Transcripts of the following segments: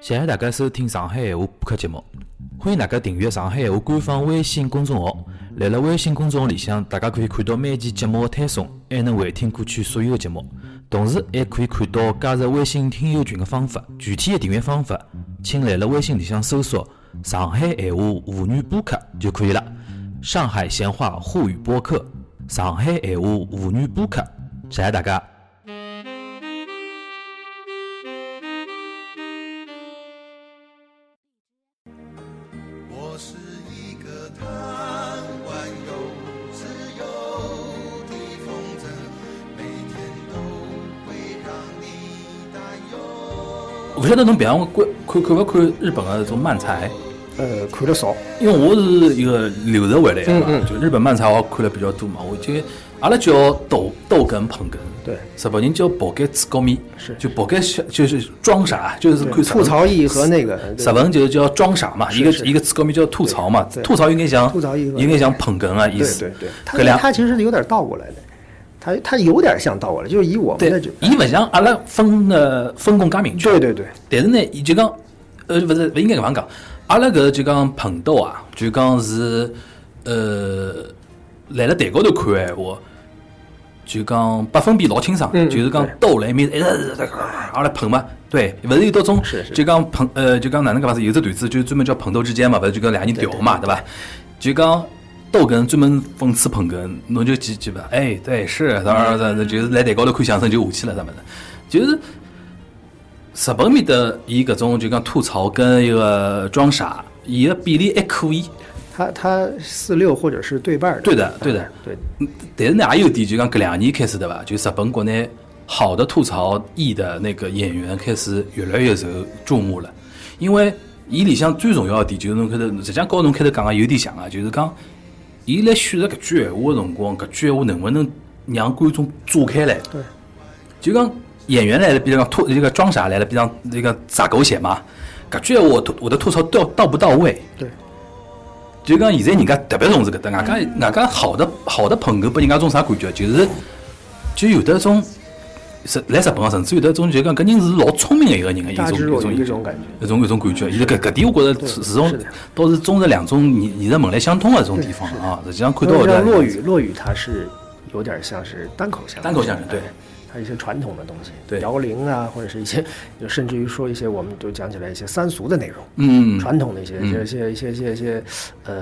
谢谢大家收听上海闲话播客节目，欢迎大家订阅上海闲话官方微信公众号。辣辣微信公众号里向，大家可以看到每期节目的推送，还能回听过去所有的节目，同时还可以看到加入微信听友群的方法。具体的订阅方法，请辣辣微信里向搜索“上海闲话沪语播客”就可以了。上海闲话沪语播客，上海闲话沪语播客，谢谢大家。我是一个贪玩又自由的风筝，每天都会让你担忧。勿晓得侬平常关看看勿看日本个搿种漫才，呃，看得少，因为我是一个留学回来个嗯嘛，嗯就日本漫才我看了比较多嘛。我就阿拉叫逗逗哏捧哏，对，日本人叫爆盖子高面，是就爆盖小就是装傻，就是看吐槽艺和那个日本就是叫装傻嘛，一个是一个词高面叫吐槽嘛，对对吐槽有点像吐槽一个有点像捧哏啊意对思。对对，他搿两他其实是有点倒过来的，他他有点像倒过来，就是以我们的对这，，伊勿像阿拉分的分工介明确。对对对，但是呢，伊就讲，呃，勿是勿应该搿样讲，阿拉搿就讲碰到啊，就讲是，呃，辣辣台高头看个闲话，就讲百分比老清爽，嗯就是讲兜来面，一直一直阿拉捧嘛，对，勿是有到种是是就讲捧，呃，就讲哪能讲法子，有只段子就专门叫捧逗之间嘛，勿是就讲两个人调嘛，对伐？就讲。逗哏专门讽刺捧哏，侬就记记吧。哎，对，是，然后然后就是来台高头看相声就下去了，啥么子，就是日本面的伊搿种就讲吐槽跟一个装傻，伊个比例还可以。他他四六或者是对半儿对的对的对，嗯但是呢，也有一点就讲搿两年开始对伐？就日本国内好的吐槽艺的那个演员开始越来越受注目了，因为伊里向最重要的点就是侬开头，实际上跟侬开头讲个有点像啊，就是讲伊来选择搿句闲话个辰光，搿句闲话能不能让观众炸开来？对，就讲演员来了，比如讲吐这个装傻来了，比如讲这个撒狗血嘛，搿句闲话我吐我的吐槽到到不到位？对，就讲现在人家特别重视搿搭，外加外加好的好的捧哏拨人家种啥感觉？就是就有得种，是来日本啊，甚至有得种就讲搿人是老聪明的一个人的一种大智一若种愚这种感觉。一种一种感觉，伊拉搿搿点我觉着始始终是的倒是中日两种艺艺术门类相通的这种地方啊，实际上看到像的落雨，落雨它是有点像是单口相声，单口相声对哎，它一些传统的东西，对摇铃啊，或者是一些，就甚至于说一些我们就讲起来一些三俗的内容，嗯传统的一些嗯一些一些一些一些，呃，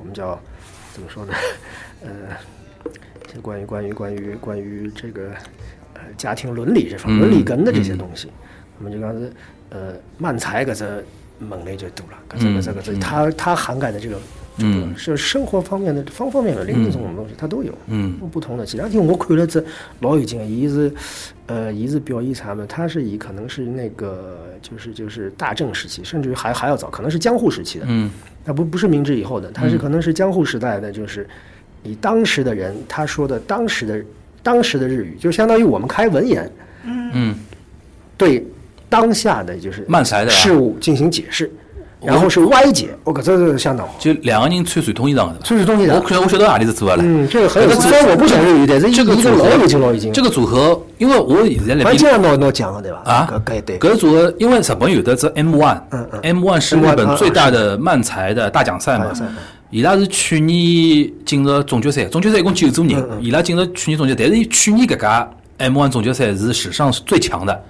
我们叫怎么说呢？呃，一些关于关于关于关于这个呃家庭伦理这方嗯面伦理根的这些嗯东西，我们就讲是呃漫才搿只门类就多了，搿只搿只搿只，它它涵盖的这个。嗯是生活方面的方方面面，零零总总的东西它都有，嗯不同的。其他天我看了这老有劲，伊是，呃，伊是表演啥么？它是以可能是那个就是就是大正时期，甚至于还还要早，可能是江户时期的，嗯那不不是明治以后的，它是可能是江户时代的，就是以当时的人他说的当时的当时的日语，就相当于我们开文言，嗯，对当下的就是漫才的啊事物进行解释，然后是歪解，我靠，这这相当好。就两个人穿传统衣裳的，所以东西的我看我晓得哪里是做的了。嗯，这个很有这意个思。虽然我不讲日语的，这一这个一组个老合有劲老有劲。这个组合，因为我现在来反正宾这样弄弄讲了对吧？啊，可以对。搿组合，因为日本有的这 M One，嗯嗯 m One 是日 M1 本啊最大的漫才的大奖赛嘛大奖赛嗯，伊拉是去年进入总决赛，总决赛一共九组人，嗯伊拉进入去年总决赛，但是去年搿家 M One 总决赛是史上是最强的。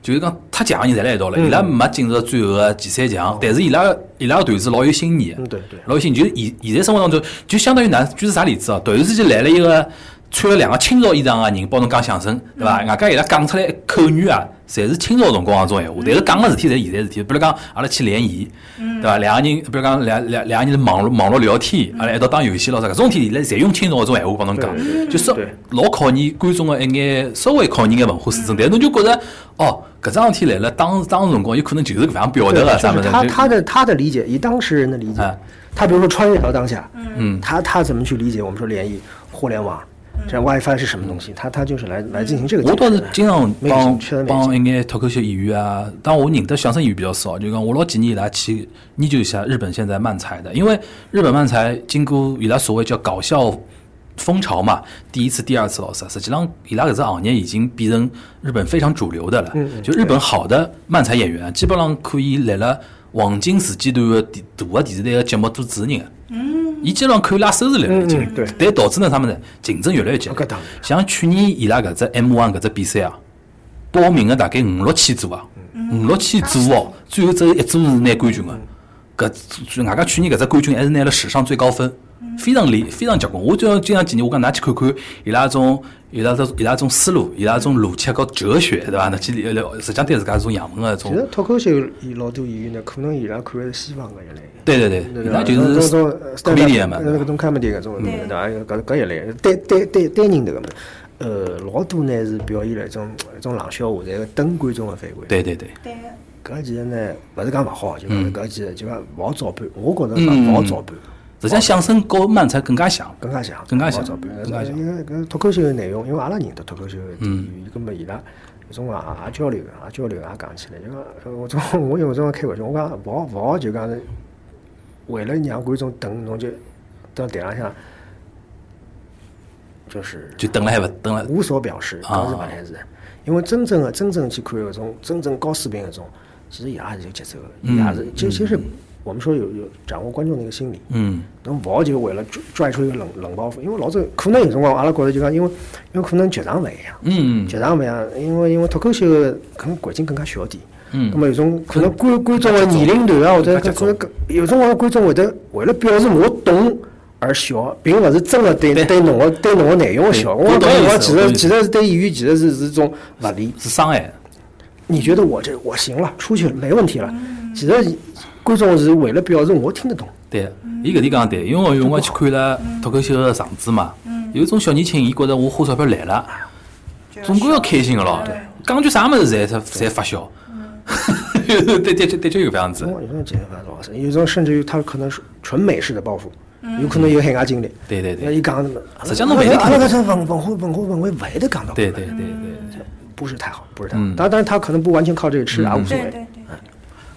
就是讲，太强的人侪来一嗯道了，伊拉没进入最后的前三强，但是伊拉伊拉个段子老有新意的嗯，对对老有新意。就是现现在生活当中，就相当于哪，就是啥例子啊？突然之间来了一个穿了两个清朝衣裳个人，帮侬讲相声，对伐？嗯外加伊拉讲出来口语啊，侪是清朝辰光个种闲话，但是讲个事体侪是现在事体。比如讲，阿拉去联谊，嗯对伐？两个人，比如讲两两两个人网络网络聊天，阿拉一道打游戏咯啥，搿种事体，伊拉侪用清朝搿种闲话帮侬讲，就是对老考验观众个一眼，稍微考验眼文化水准。但是侬就觉着，哦，搿桩事体来了当当时辰光，有可能就是搿样表达对个啥就物是事。他就他的他的理解，以当事人的理哎解，他比如说穿越到当下，嗯，他他怎么去理解我们说联谊、互联网，这 WiFi 是什么东西？他他就是来来进行这个解我释的。倒是经常没有帮兴趣的没帮兴一眼脱口秀演员啊，当然我认得相声演员比较少，就讲我老建议伊拉去研究一下日本现在漫才的，因为日本漫才经过伊拉所谓叫搞笑风潮嘛，第一次、第二次老师，实际上伊拉搿只行业已经变成日本非常主流的了。嗯就日本好的漫才演员啊，基本上可以辣辣黄金时间段的电大个电视台个节目做主持人。嗯，伊基本上可以拉收视率了，已经嗯。对但导致呢，他们呢竞争越来越激烈搿当然。像去年伊拉搿只 M1 搿只比赛啊，报名个大概五六千组啊，五六千组哦，最后只有一组是拿冠军个。搿外加去年搿只冠军还是拿了史上最高分，非常厉，非常结棍。我就经常建议我讲，㑚去看看伊拉种伊拉种伊拉种思路，伊拉种逻辑和哲学，对伐？那去了实际上对自家一种养分个啊其种实。脱口秀伊老多演员呢，可能伊拉看的是西方搿一类。对对对，伊拉就搿是种 comedian 嘛，搿种 comedy 搿种，对哎伐？搿搿一类，单单单单人迭个嘛。呃，老多呢是表现了一种一种冷笑话，在个等观众的反馈。对对对，对，搿其实呢，勿是讲勿好，就是搿其实就讲勿好照搬。我觉着嗯勿好照搬，实际上相声和漫才更加像。更加像，更加像勿好照搬。更加像因为搿脱口秀的内容，因为阿拉认得脱口秀的演员，根本伊拉有种啊也交流，也交流，也讲起来。就讲呃我总我有辰光开玩笑，我讲勿好勿好就讲是为了让观众等，侬就到台浪向就是就等了还勿等了，无所表示，啊搿是勿来事。因为真正的、真正去看搿种真正高水平搿种，其实伊拉是有节奏的，伊拉是其实其实我们说有有掌握观众的一个心理，嗯，侬勿好就为了拽拽出一个冷冷包袱，因为老早可能有辰光阿拉觉着就讲，因为因为可能剧场勿一样，嗯剧场勿一样，因为因为脱口秀可能环境更加小点，嗯那么有种可能观观众的年龄段啊，或者更加集可中能更有种光观众会得为了表示我懂。而笑，并勿是真的对对对侬个对侬个内容个笑。对我讲我懂搿意辰光思我懂意思其实其实是对演员其实是是种勿利。是伤害。你觉得我这我行了，出去了没问题了。其实观众是为了表示我听得懂，对，伊搿点讲得对，因为我有辰光去看了脱口秀个场子嘛，有一种小年轻，伊觉着我花钞票来了，就总归要笑开心个咯。讲句啥物事侪侪发笑， 对对对对，就有搿样子有。种节目反正老师，有种甚至于他可能是纯美式的包袱，有可能有海外经历。对对对那一讲那么，实际上侬没得阿听懂拉搿种文文化文化文化勿会得讲到，对对对对，不是太好，不是太好嗯。当然，当然他可能不完全靠这个吃也无所对谓对，对，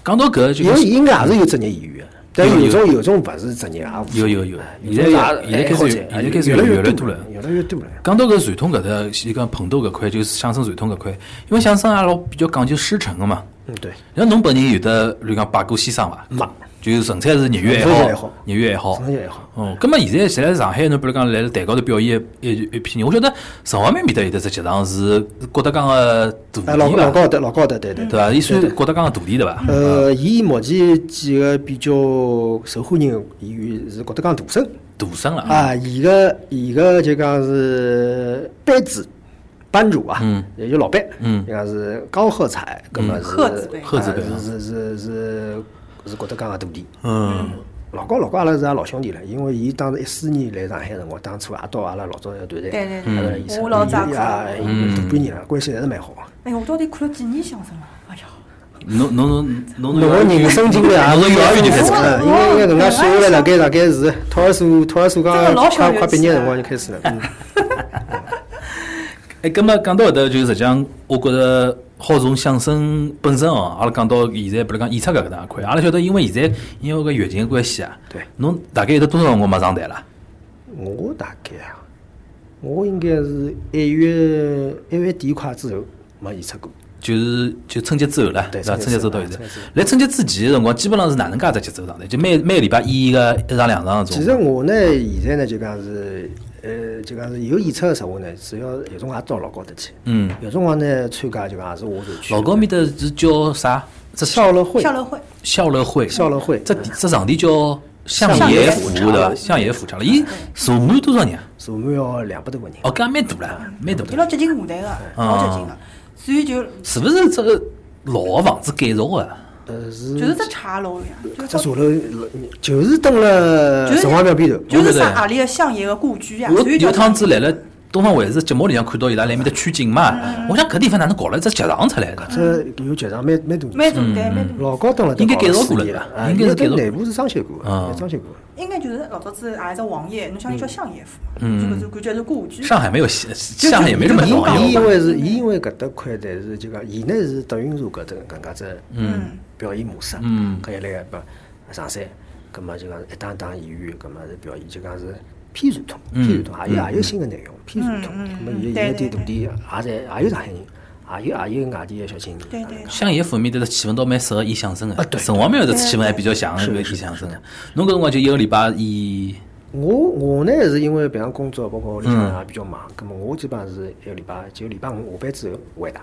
讲到搿就因为是应该也是有职业演员，但有有有种有种勿是职业也有无所谓。有有，种现在现也在开哎爱好始者有现在开始越有来越来越多多了了。，越来越多了。讲到搿传统搿搭，伊讲捧逗搿块，就是相声传统搿块，因为相声阿拉比较讲究师承个嘛。嗯，对，像侬本人有得，例如讲拜过先生伐？没就是纯粹是业余纯粹爱爱好好，业余爱好，纯粹爱好。哦，咁么现在现在上海，侬比如讲来了台高头表演一一一批人，我晓得上海面面搭有得只剧场是郭德纲个徒弟哎，老伐？老高的老高的，对对对对。伐？伊算郭德纲个徒弟对伐？呃，伊目前几个比较受欢迎的演员是郭德纲、杜生。徒孙了啊，啊，伊个伊个就讲是班子班主啊，嗯也就老板，嗯就讲是高贺彩，搿么是贺字辈贺字辈啊啊是是是是是郭德纲个徒弟。嗯，老高老高阿拉是也老兄弟了，因为伊当时一四年来上海辰光，当初也到阿拉老早一个团队，对对对阿拉医生，我老早伊也看伊也大半年了，关系还是蛮好。哎，我到底看了几年相声了？哎呀，侬侬侬侬侬个人生经历啊，侬从幼儿园就开始我了，嗯因为因为人家算下来大概大概是托儿所托儿所这个刚老小快年快毕纪业了辰光就开始了。嗯哎，咁么讲到搿搭，就是实际上，我觉着好从相声本身哦，阿拉讲到现在，比如讲演出搿搿搭块，阿拉晓得，因为现在因为搿疫情的关系啊，对侬大概有得多少辰光没上台了？我大概啊，我应该是一月一月底快之后没演出过。就是就春节之后了，对是吧？春春节节之后之后到现在春节之后，来春节之前个辰光，基本上是哪能介只节奏上来？就每每个礼拜演一个一场两场那种。其实我呢，现在呢就讲是，呃，就讲是有演出的时候呢，主要有辰光也到老高头去。嗯，有啊辰光呢参加就讲也是我社区。老高面搭是叫啥？这校乐会，校乐会，校乐会，校乐会这这场地叫象象野野府府对场伐？象野府场了，伊坐满多少人啊？坐满要两百多个人。哦，搿也蛮大了，蛮大伊了。老接近舞台个，嗯老接近个，所以就是勿是这个老个房子改造个？呃，是就是只茶楼呀，就搿只是茶楼就是蹲了就是城隍庙边头。就是啥阿里个乡野个故居呀，我所以叫有趟子来了东方卫视节目里向看到伊拉来面搭取景嘛，我想搿地方哪能搞了一只剧场出来的？啊这有剧场蛮蛮大的。蛮大嗯对蛮大，老高蹲了得应该改造24过了年吧啊应该是因为改造内部是装修过的，啊也装修过的。应该就是老早子也一只王爷，侬想伊叫乡野府嘛，嗯就是感觉是故居，上海没有，上海也没这么伊多搞人。伊因为是伊因为搿搭块呢是就讲，伊呢是德云社搿搭搿能介只嗯表演模式，嗯呃搿一类个不上山，葛末就讲一档档演员，葛末是表演就讲是偏传统，嗯偏传统，也有也有新的内容，偏传统。嗯嗯那么现对现在对点大店也在也有上海人，也有也有外地的小青年。对对对，香叶府面搭的气氛倒蛮适合演相声啊的，对陈黄庙的气氛还比较像演相声的。侬搿辰光就一个礼拜演，我我呢是因为平常工作包括屋里向啊也比较忙，咁么我基本上是一个礼拜，就礼拜五下班之后回的，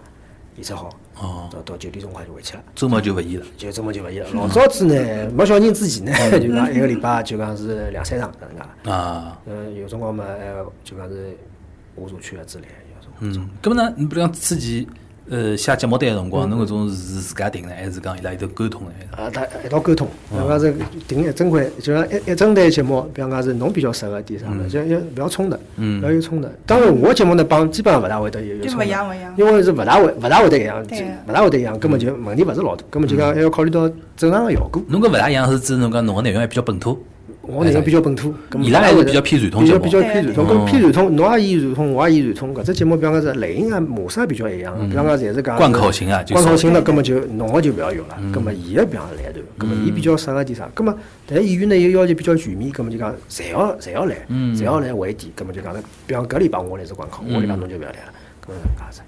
演出好，哦到到九点钟快就回去了。周末就勿演了。就这么就勿一样。老早子呢，没小人之前呢， 就讲一个礼拜就讲是两三场搿能介。啊，嗯，有辰光嘛，呃，就讲是下社区啊之类的，有辰光。嗯，咁么呢？你比如讲之前，呃，写节目单个辰光，侬搿种是自家定呢，还是讲伊拉有得沟通呢？啊，大一道沟通，比方讲是定一整块，就像一一整台节目，比方讲是侬比较适合点啥么，就要不要冲突，不要有冲突。当然，我节目呢帮基本上勿大会得有有就冲勿突一样勿一样，因为是勿大会勿大会得一样，对啊勿大会得一样，根本就问题勿是老大，根本就讲还要考虑到正常个效果。侬搿勿大一样，是指侬讲侬个内容还比较本土。我内容比较本土，咁伊拉还是比较偏传统比节较目比较偏传统。对咁偏传统，侬也演传统，我也演传统。搿只节目，比方讲是类型啊、模式也比较一样，比方讲侪是嗯讲贯口型啊就嗯贯口型是的，根本就侬个就勿要有了。根本伊啊个比方来一段，根本伊啊比较适合点啥？根本但演员呢又要求比较全面，根啊本就嗯讲侪要侪要来，侪要来为点。根本就讲，比方搿礼拜我来是贯口，嗯下礼拜侬就勿要来了，根本搿样子。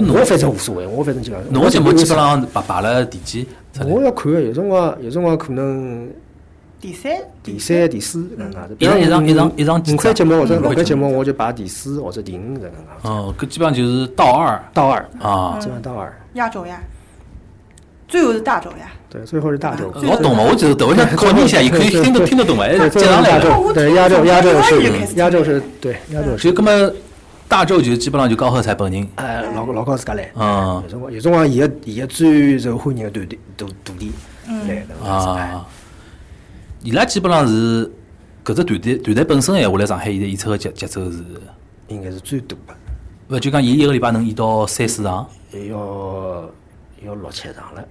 侬啊我反正无所谓，我反正就讲，侬个节目基本上排排了第几出来？我要看个，有辰光有辰光可能。第三第三、第四搿能介子。一场一场一场一场几五块只节目或者嗯六五块块节节目，我就排第四或者第五搿能介。哦，搿基本上就是到二到二，啊基。本上到二，压轴呀，最后是大轴呀，对，最后是大轴。嗯老懂嘛，我就是头想考验一下，也可以听得听 得懂嘛，还对，是最接后上是来大了。轴，对，压轴压轴是压轴是对压轴是。就搿么大周就基本上就高贺才本人。呃，老老高自家来，嗯有辰光有辰光，伊个伊个最受欢迎的徒弟徒徒弟来的，啊，伊拉基本上是搿只团队团队本身闲话，来上海现在演出个节节奏是，应该是最多的，勿就讲伊一个礼拜能演到三四场，要要六七场了。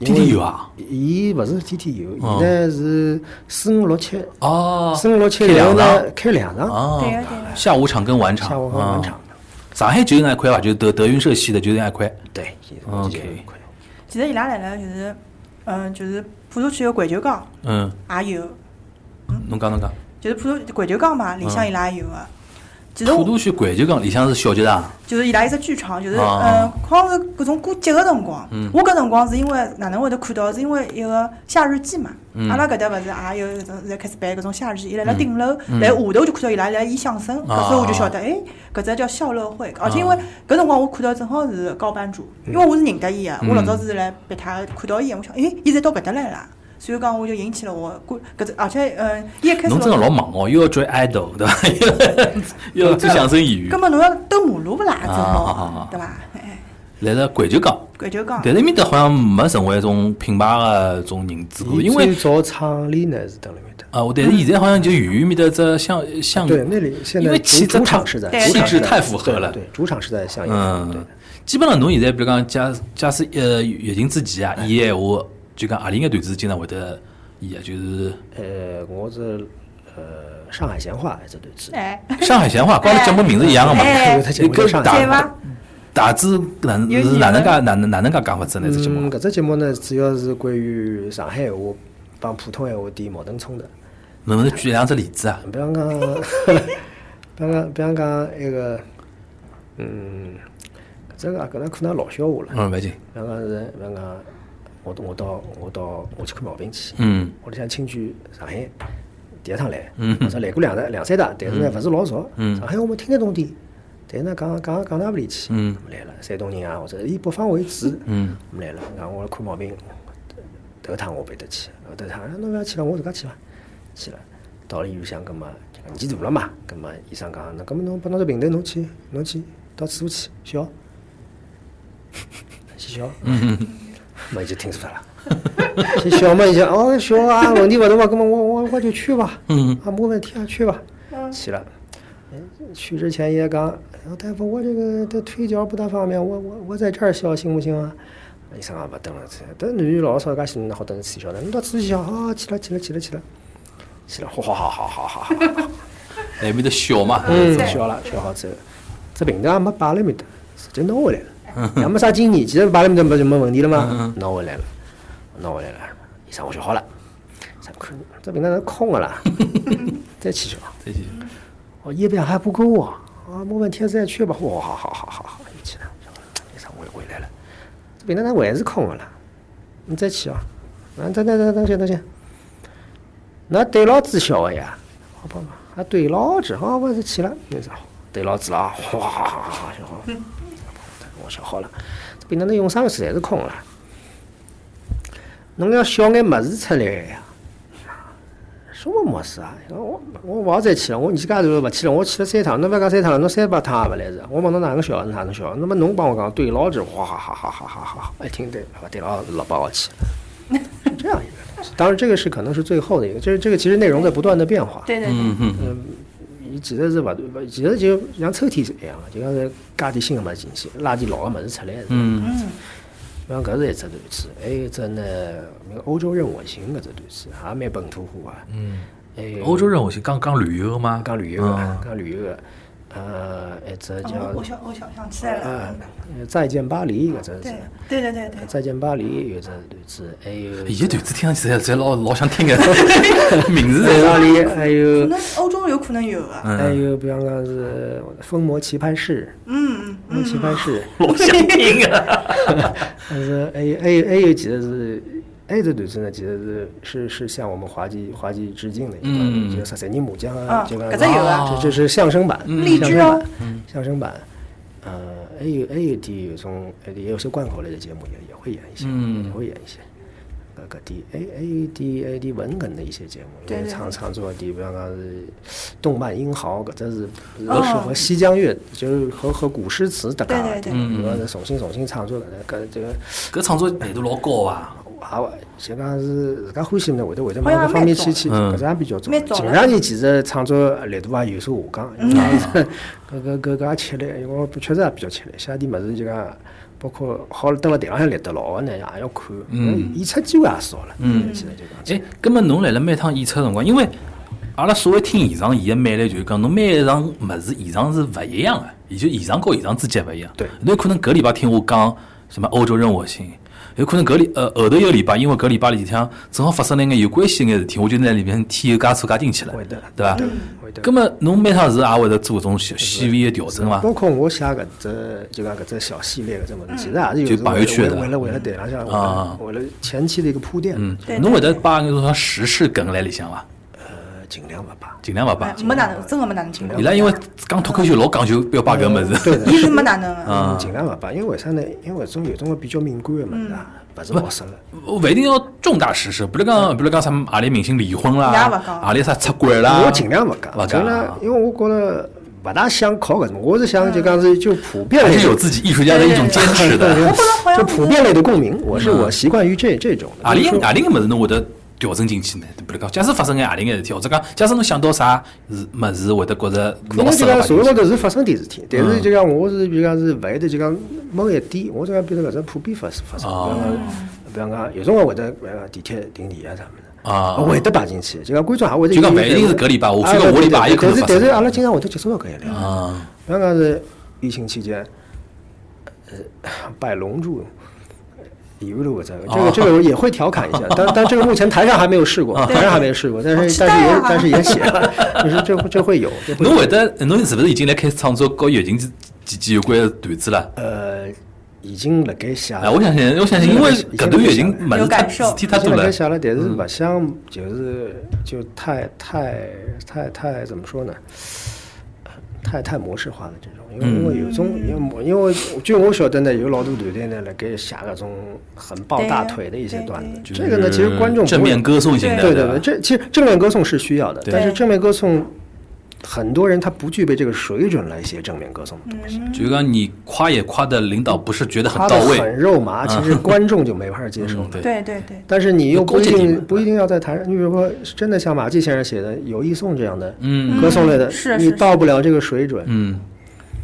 天天有啊？伊勿是天天有，哦伊呢是四五六七，哦四五六七，开然后两呢开两场，对哦呀对啊呀，下午场跟晚场，下午和晚场嗯。上海就有那一块伐，就德德云社系的就有那一块。对，OK 其实伊拉来了就是，嗯，就是浦东区有环球港嗯，也有，侬讲侬讲，就是浦东环球港嘛，里向伊拉也有个。其实嗯普我渡区环球港里向是小剧场，就是伊拉一只剧场，就是啊嗯，好像是搿种过节个辰光。我搿辰光是因为哪能会得看到，是因为一个夏日祭嘛。阿拉搿搭勿是也有搿种现在开始办搿种夏日祭，伊拉辣顶楼，来下头我就看到伊拉辣演相声，搿时候我就晓得，哎，搿只叫笑乐会。而且因为搿辰光我看到正好是高班主，因为我是认得伊个，啊我老早是来别他看到伊个，我想，哎，伊现在到搿搭来了。所以讲，我就引起了我关搿只，而且，嗯，伊一开始侬真的老忙哦，又要追 idol 对伐？ 又 要做相声演员，根本侬要兜马路勿啦，啊正啊啊啊好，对伐？哎，来了环球港。搿就啊讲。但是埃面搭好像没成为一种品牌个一种认知过，伊因为最早厂里呢是等里面的，啊，我但是现在好像就远远面的这像像嗯啊对，那里现嗯因在为气主质太主场是在对主场气质是在太符合了对，对主场是在香港，对嗯，基本上侬现在比如讲假假使呃疫情之前啊，伊闲话就讲阿里眼段子经常会得演啊，就是呃，我是呃上海闲话还是段子，哎， 上海闲话，光是节目名字一样个嘛，哎这个节目叫上打对海。伐？大致哪能是哪能介哪能哪能介讲法子呢？这节目啊嗯，搿只节目呢主要是关于上海闲话帮普通闲话点矛盾冲突，能不能举两只例子啊？比方讲，比方讲，比方讲那个，嗯，搿只个搿能可能老笑话了，嗯，勿要紧，比方讲是，比方讲，我我到我到我去看毛病去，嗯，屋里向亲眷上海第一趟来，嗯或者来过两趟两三趟，但是呢勿是老熟，嗯上海我们听得懂点，但是呢讲讲讲哪不离去，嗯我们来了，山东人啊，或者以北方为主，嗯，我们来了，讲我看毛病，头趟我背得去，后头趟啊侬勿要去了，我自家去伐，去了。到了医院想，葛末年纪大了嘛，葛末医生讲，那葛末侬拨侬只平台，侬去侬去到厕所去笑， 去笑，嘛伊就听出来了。去 小嘛，一想哦，小啊，问题勿大嘛，葛么我我我就去吧，嗯啊，没问题啊，去吧，去了。哎去之前也讲，哎呦大夫，我这个这腿脚不大方便，我我我在这儿笑行不行啊？医生啊，勿等了，这男女老少介些人好等起笑的，你到自己笑啊，起来起来起来起来，起来，哗哗哗哗哗哗哗。埃面搭笑嘛，嗯，笑了，笑好之后，这平台也没摆了面搭，直接拿回来了，也没啥经验，其实摆了面搭没就没问题了嘛，拿回来了，拿回来了，医生我笑好了，咱看这平台是空的啦，再去笑，再见。哦，夜班还不够啊，啊，我们天再去吧。哦，好好好好好，一起来。医生，我回来了，这病人呢我还是空的了，你再去啊。啊，等等等等先等先，那对老子小的呀，好吧嘛，啊对老子，好，我是去了，那啥，对老子了啊，哗，想好了，我想好了，这病人呢用啥物事侪是空了。侬要小眼物事出来呀、什么模式啊？我我勿好再去了，我年纪介大了勿去了，我去了三趟，侬勿要讲三趟了，侬三百趟也勿来着。我问侬哪能小，哪能小？那么侬帮我讲对老子，哇哈哈哈哈哈哈！一听对，对了，老把我去了，是这样一个东西。当然，这个是可能是最后的一个，这这个其实内容在不断的变化。对对嗯对，伊其实是勿勿，其实就像抽屉是一样的，就像是加点新的物事进去，拉点老的物事出来是。嗯嗯。像搿是一只段子，还有一只呢，那个欧洲任我行搿只段子也蛮本土化啊。嗯。还有欧洲嗯人我是讲讲旅游啊嘛，讲旅游的，讲旅游的，呃，一只叫哦我想我想想起来呃哎了， 《再见巴黎》搿只是对，对对对对《再见巴黎》有一只段子，还有伊哎段子听上去侪侪老老想听个 名字在侪巴黎，还可有能欧洲有可能有啊的，嗯还有，比方讲是《疯魔棋牌室》，嗯《疯魔棋牌室》老想 听啊个。但是还有还有还有其实是。还有一只段子呢，其实是是是向我们滑稽滑稽致敬的一段，嗯就是十三年麻将啊这个，搿只有啊这这是相声版，荔相枝声哦版，相声版。呃，还有还有点有种，还有呃点有些贯口类的节目也也会演一些，也会演一些。搿搿点，还还有点还有点文哏的一些节目，对有对唱唱作点，比方讲是动漫英豪，搿只是是哦和西江乐，就是和和古诗词搭嘎对对嗯比对如说啊重新重新创作搿能搿这个。搿创作难度老高啊！啊，就讲是自家欢喜呢，会得会得往好像搿方面蛮去去，嗯搿只也比较重蛮。重近的嗯两年其实创作力度也有所下降，因为啊 搿搿搿搿也吃力，因为我确实也比较吃力，写点物事就讲。包括好了，蹲辣台浪向立得牢个呢，也要看，嗯，演出机会也少了，嗯，现在就讲，哎，葛末侬辣辣每趟演出辰光，因为阿拉所谓听现场，伊个魅力就是讲，侬每一场物事现场是勿一样个，也就现场和现场之间勿一样。对侬有可能搿礼拜听我讲什么欧洲任我行，有可能搿礼呃后头一个礼拜，因为搿礼拜里向正好发生了一眼有关系一眼事体，我就拿里面添油加醋加进去了，会的嗯对伐？会的葛末侬每趟是也会得做搿种细细微个调整伐？包括我写搿只就讲搿只小系列搿只物事，其实嗯也是有就时朋候友圈为的为了为了台浪向，为啊了为了前期的一个铺垫，嗯，对对侬会得把搿种像时事梗辣里向伐？呃，尽量勿把，尽量勿哎摆。没哪能，真的没哪能进步伊，拉嗯因为讲脱口秀老讲究，要摆搿物事。对的，伊是没哪能啊的，嗯，尽量勿摆，因为为啥呢？因为种有种个比较敏感个物嗯事啊，勿是合适个。勿呃一定要重大实事，比如讲，比如讲什么阿里明星离婚啦也勿讲，阿里啥出轨啦，我尽量勿讲，勿尽讲量啊，，嗯因为我觉着勿大想靠搿种，我是想就讲是就普遍还类是有的，自己艺术家的一种坚持 的。嗯我觉得好就像普遍类的共鸣，我是我习惯于这这种的。阿里就是说阿里个物事侬会得调整进去呢？比如讲，假使发生眼阿里眼事体，或者讲，假使侬想到啥事物事，会得觉着因老为适就合讲摆进社会高去。头是发生点事体，但嗯是就讲我是比如讲是勿会得就讲闷一点，我就讲变成搿种普遍发生发生。哦比方讲，比方讲有辰光会得，比方讲地铁停电啊啥么的。啊会得摆进去，就讲观众也会得就有讲点。勿一定是搿礼拜我啊非讲下礼拜也有可对能发对但是但生是阿拉经常会得接触到搿一类。啊，比方讲是疫情期间，呃，摆龙柱。遗物路这个，这哦个，这个我也会调侃一下，但但这个目前台上还没有试过，啊台上还没有试过，但是哦但是也但是也写了，就是这这会有，这会有侬会得，侬是勿是已经来开始创作和疫情之之间有关的段子了？呃，已经辣盖写了哎，，我相信，我相信，因为搿段疫情物事太有感受事体太已经多辣盖了。嗯写了，但是勿想就是就太太太太怎么说呢？太太模式化的这种，因嗯为因为有种，因为因为据我晓得呢，有老多团队呢来给写那种很抱大腿的一些段子，这个呢其实观众不会正面歌颂型的，对对对吧对，这其实正面歌颂是需要的，对但是正面歌颂很多人他不具备这个水准来写正面歌颂的东西，就是讲你夸也夸的领导不是觉得嗯很夸的到位，嗯很肉麻，其实观众就没法接受了。对对对对，但是你又不有勾一践地定嘛不一定要在台上，你比如说真的像马季先生写的《友谊颂》这样的，嗯歌颂类的，嗯是你是到不了这个水准。嗯，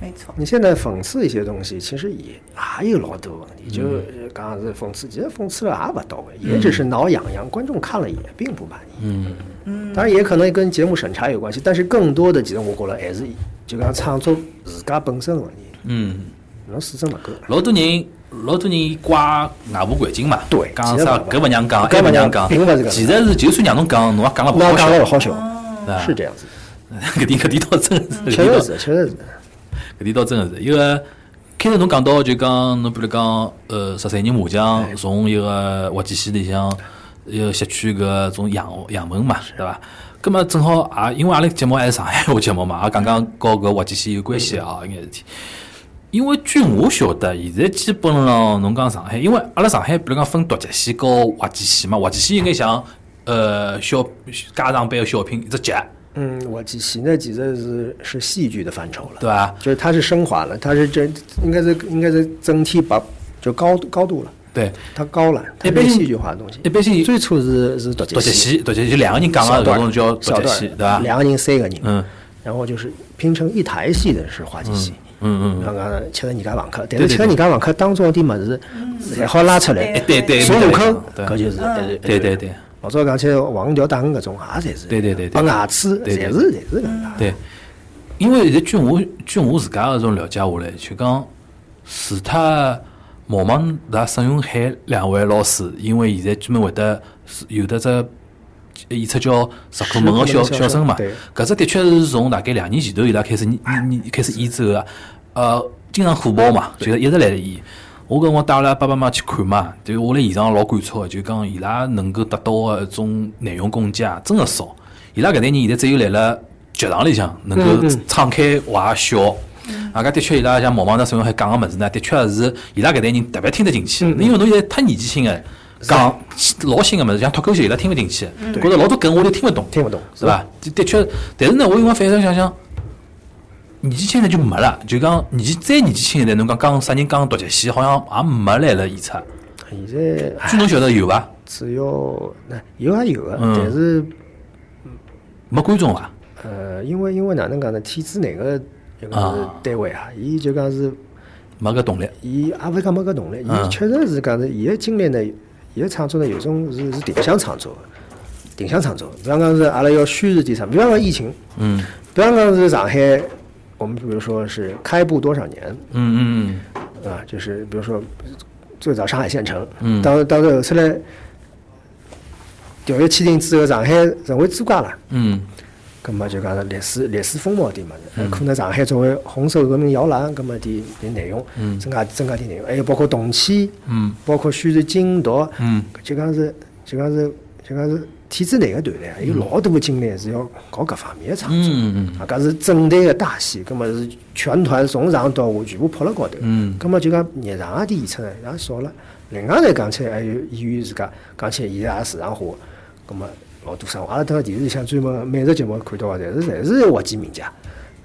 没错，你现在讽刺一些东西，其实也还有老多问题，就是嗯刚刚是讽刺，其实讽刺了也不到位，也只是挠痒痒，观众看了也并不满意。嗯嗯，当然也可能跟节目审查有关系，但是更多的其实我觉得还是就讲唱作自家本身的问题，嗯，侬水准不够。老多人老多人怪外部环境嘛，对讲其实啥勿搿勿让讲，搿埃勿勿让让讲并勿是搿能，其实是就算让侬讲，侬也讲了勿那哦好讲了笑，好笑，对吧是这样子。搿点搿点倒真的是，确搿点倒实是，确实是。搿点倒真个是，一个开头侬讲到就讲侬比如讲呃十三人麻将从一个滑稽戏里向一个吸取搿种样样本嘛，对伐？葛末正好也因为阿拉节目还是上海话节目嘛，也 讲讲和搿滑稽戏有关系啊，一眼事体。因为据我晓得，现在基本上侬讲上海，因为阿拉上海比如讲分独角戏和滑稽戏嘛，滑稽戏应该像呃小家长版的小品一只集，嗯，我记现在其实是是戏剧的范畴了，对伐？就是它是升华了，它是这应该是应该是增梯把就高高度了，对，它高了，它一般是性戏剧化的东西一。般性最初是是独独角角戏，戏，独角戏就两个人讲小个段搿儿种叫独小角段儿戏，对伐？两个人三个人，嗯，然后就是拼成一台戏的是滑稽戏。嗯嗯，那个吃了人家房客，但对对是吃了人家房客当中的么子，才好拉出来对，对对，孙悟空，搿对就是还是对对对老早讲起来王红桥打鱼搿种也侪是，对对对对白牙齿对侪对是侪是搿能介。对，因为现在据我据我自家搿种了解下来，就讲除脱毛芒达、沈永海两位老师，因为现在专门会得是有的只演出叫《石库门》个小石库门的小小生嘛对，搿只的确是从大概两年前头伊拉开始演哎演开始演之后啊，呃，经常火爆嘛，就是一直来演。我搿辰光带阿拉爸爸妈妈去看嘛，就我辣现场老感触啊的，就讲伊拉能够达到个一种内容供给啊，真个少。伊拉搿代人现在只有来了剧场里向能嗯够敞开话笑。啊，搿的确伊拉像毛毛呢，沈永海讲个物事呢，的确是伊拉搿代人特别听得进去。嗯因为侬现在太年纪轻个，讲老新个物事，像脱口秀伊拉听勿进去，觉着老多梗我都听勿懂，嗯听不懂是伐？的的确，但是呢，我有辰光反头想想。年纪轻一代就没了，就讲年纪再年纪轻一代，侬讲讲啥人讲独角戏，好像也没来了演出。现在唉据侬晓得有伐？啊只要那有也有个，嗯但是没观众啊伐？呃，因为因为哪能讲呢？体制内个就讲是啊单位啊，伊就讲是没搿动力。伊也勿是讲没搿动力，嗯伊确实是讲是伊个经历呢，伊个创作呢有种是是定向创作的，定向创作。比方讲是阿拉要虚实点啥，比方讲疫情，嗯比方讲是上海，我们比如说是开埠多少年，嗯嗯嗯，啊，就是比如说最早上海县城，嗯到到后头来条约签订之后，上海成为租界了。嗯咁么就讲是历史历史风貌点么子，可能上海作为红色革命摇篮，咁么点点内容，增加增加点内容，还有包括动迁，嗯包括宣传禁毒，嗯就讲是就讲是就讲是体制内个团队啊，有老多个精力是要搞搿方面个创作，嗯嗯啊，搿是整队个大戏，咁么是全团从上到下全部扑辣高头，嗯咁么就讲日常个点演出呢也少了，另外再讲起来还有演员自家讲起来现在也市场化，咁么老多生活，阿拉等电视里向专门美食节目看到个，侪是侪是滑稽名家，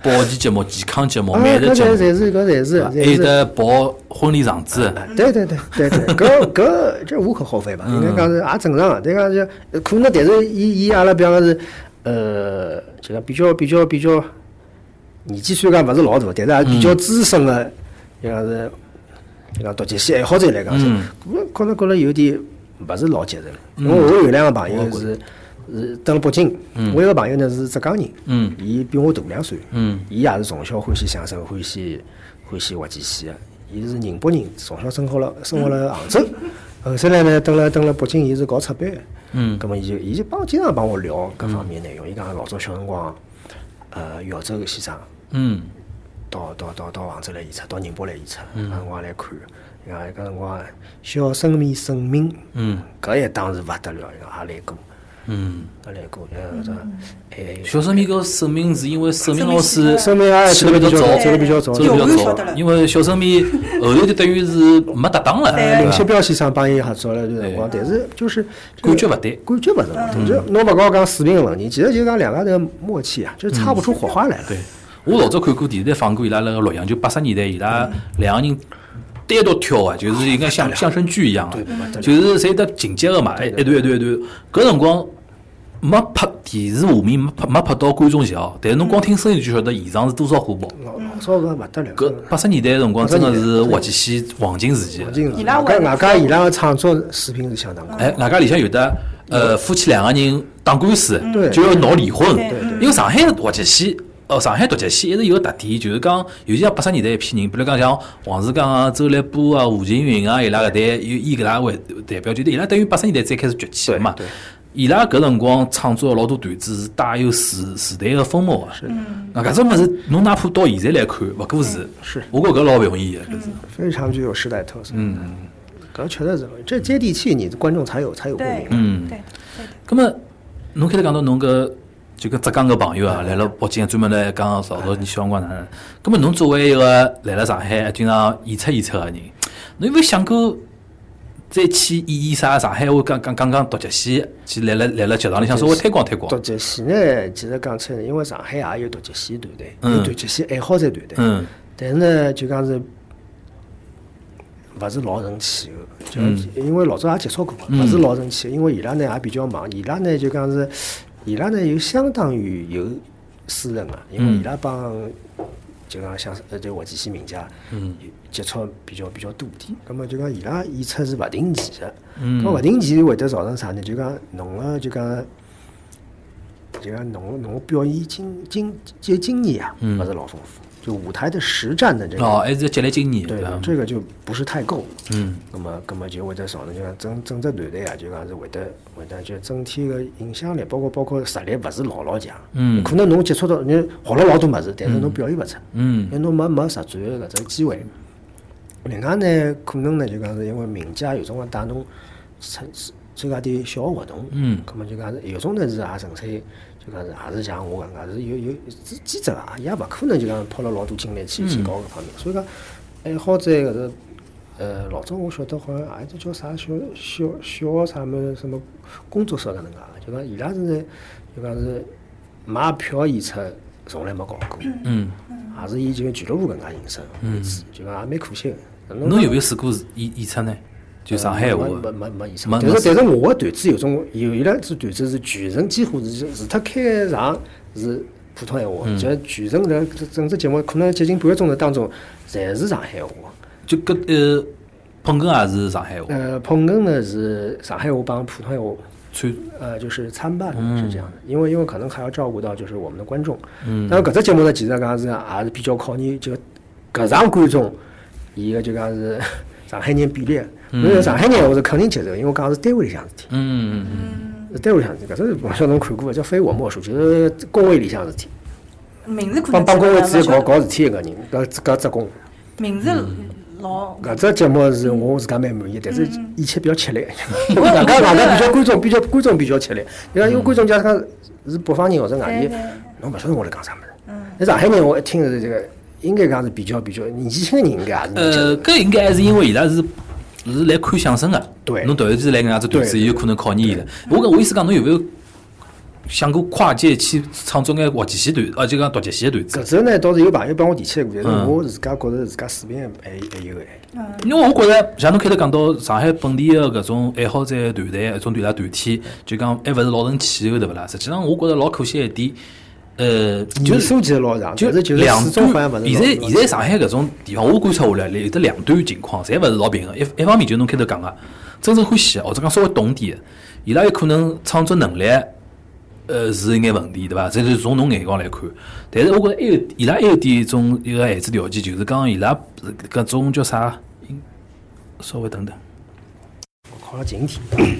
保健节目、健康节目、啊，美食搿哦节目啊侪，侪是搿侪对是伐还侪有是。得报婚礼场子。啊对对对对对，搿搿这无可厚非吧？应该讲是也正常啊。对讲就呃可能，但是伊伊阿拉比方讲是，呃，就讲比较比较比较，年纪虽然讲勿是老大，但是嗯也比较资深个，就讲是，就讲读节戏爱好者来嗯讲是，我可能觉着有点勿是老接受。嗯因为我有两个朋友是是登了北京，我有个朋友呢是浙江人，嗯伊比我大两岁，嗯伊也是从小欢喜相声，欢喜欢喜滑稽戏的。伊是宁波人，从小生活了生活了杭州，后头来呢，登了登了北京，伊是搞出版的。嗯咁么伊就伊就帮经常帮我聊各方面内容。伊讲老早小辰光，呃，姚州个先生嗯到到到到杭州来演出，到宁波来演出，嗯搿辰光来看。伊讲搿辰光小生命生命，嗯搿一档是勿得了，伊讲也来过，嗯，也来过，呃，这还有小生命跟沈明是因为沈明老师生命也去得比较早，走得比较早，走得有比我较晓得早，了因为小生命后头就等于是没搭档了，对对伐林夕？彪先生帮伊合作了一段辰光，但是就是这感个觉勿对感觉勿是问题。就侬勿讲讲水平个问题，其实就讲两家头的默契啊，就是擦不出火花来了。嗯对，我老早看过电视台放过伊拉那个录像，就八十年代伊拉两个人单独跳啊，就是应该像相声剧一样的，就是侪得情节个嘛，哎一一段一段一段。搿辰光没拍电视画面，没拍没拍到观众席哦，但是侬光听声音就晓得现场是多少火爆。老老早搿勿得了。搿八十年代个辰光真的是滑稽戏黄金时期。搿伊拉外玩外加伊啊拉个创作水平是相当高。哎，外加里向有的呃夫妻两个人打官司对，就要闹离婚对对，因为上海的滑稽戏。哦，上海独角戏一直有个特点，就是讲，尤其像八十年代一批人，比如讲像黄志刚啊、周立波啊、胡琴云啊，伊拉搿代，有以搿拉为代表，就是伊拉等于八十年代再开始崛起的嘛。伊拉搿辰光创作的老多段子是带有时时代个风貌个。那搿种物事，侬哪怕到现在来看，勿过时。是我觉搿老勿容易个，搿是。非常具有时代特色。嗯，搿确实是，这接地气，你观众才有才有共对鸣，。嗯对的，对的。葛末侬开头讲到侬搿就跟浙江搿朋友啊，来了北京专门来讲老早你小辰光哪能？葛末侬作为一个来了上海经常演出演出个人，侬有没有想过再去演演啥上海话讲讲讲讲独角戏，去来了来了剧场里向稍微推广推广独？角戏呢，其实讲出来，因为上海也有独角戏团队，嗯有独角戏爱好者团队。嗯但是呢，就讲是勿是老成气候，就因为老早也接触过嘛，勿是老成气候，因为伊拉呢也比较忙，伊拉呢就讲是，伊拉呢有相当于有私人啊，因为伊拉帮就讲像呃就国际系名家，嗯，接触比较比较多点，咁啊么就讲伊拉演出是勿定期的，咁啊勿定期会得造成啥呢？就讲侬个就讲。就讲侬侬表演经经这经验啊，勿是老丰富，就舞台的实战的这个哦，还是要积累经验，对伐的，？这个就不是太够。嗯，那么，那么就会得少呢，就讲整整只团队啊，就讲是会得会得就整体个影响力，包括包括实力，勿是老老强。嗯可能侬接触到你学了老多物事，但是侬表现勿出。嗯因为侬没没实战个搿只机会。另外呢，可能呢就讲是因为名家有辰光带侬参参加点小活动，嗯葛么就讲是有种呢是也纯粹就讲是也是像我搿能介是有有资资质啊，也勿可能就讲抛了老多精力去去搞搿方面，所以讲爱好者搿个。呃，老早我晓得好像也是叫啥小小小啥么什么工作室搿能介的，就讲伊拉是就讲是买票演出从来没搞过，嗯，也是以就俱乐部搿能介形式为主，就讲也蛮可惜个。侬有没有试过演演出呢？就上海话呃没，没没没意思。没但没是但是我个段子有种有伊拉只段子是全程几乎是除脱开场是普通闲话，嗯就全程的整只节目可能接近半个钟头当中侪是上海话。就搿呃捧哏也是上海话，呃，捧哏呢是上海话帮普通闲话。穿呃，就是参半是这样的，因为因为可能还要照顾到就是我们的观众。嗯。但是搿只节目呢，其实讲是也是比较考验就搿场观众，伊个就讲是 上海人比例。因为上海人我是肯定接受，因为讲是单位里向事体，嗯嗯是单位里向事体。搿只我晓得侬看过伐？叫非我莫属，就是工会里向事体，名字可帮能帮工会记直不接得了搞搞事体一个人，搿搿职工。名字嗯老搿只节目是我自家蛮满意，但是演起比较吃力，嗯 我也外加觉外得加比较观众比较观众比较吃力，因为因为嗯观众假使讲是北方人或者外地对对，嗯侬勿晓得我辣讲啥物事。那上海人我一听是这个，应该讲是比较比较年纪轻的人应该也是能接受呃，的。搿应该还是因为伊拉是是来看相声个，对侬突然之间来搿能介只段子，对也有可能考验伊拉。我搿我意思讲，侬有没有想过跨界去创作眼滑稽戏段，啊，就讲独角戏个段子？搿周呢倒是有朋友帮我提起过，但嗯是我自家觉着自家水平还还还有哎。因为我觉着，像侬开头讲到上海本地个搿种爱好者团队，搿啊种团啦团体，就讲还勿是老成气候，对勿啦？实际上，我觉着老可惜一点，呃，就年是数其实老长，就但是就是两始端终好像勿是老。现在老现在上海搿种地方，我观察下来，有得两端情况，侪勿是老平衡。一一方面就是侬开头讲个，真正欢喜的，或者讲稍微懂点的，伊拉有可能创作能力，呃，是有眼问题，对伐？这是从侬眼光来看。但是我觉着还有伊拉还有点一种一个限制条件，就是讲伊拉呃搿种叫啥？应稍微等等。靠了近点，嗯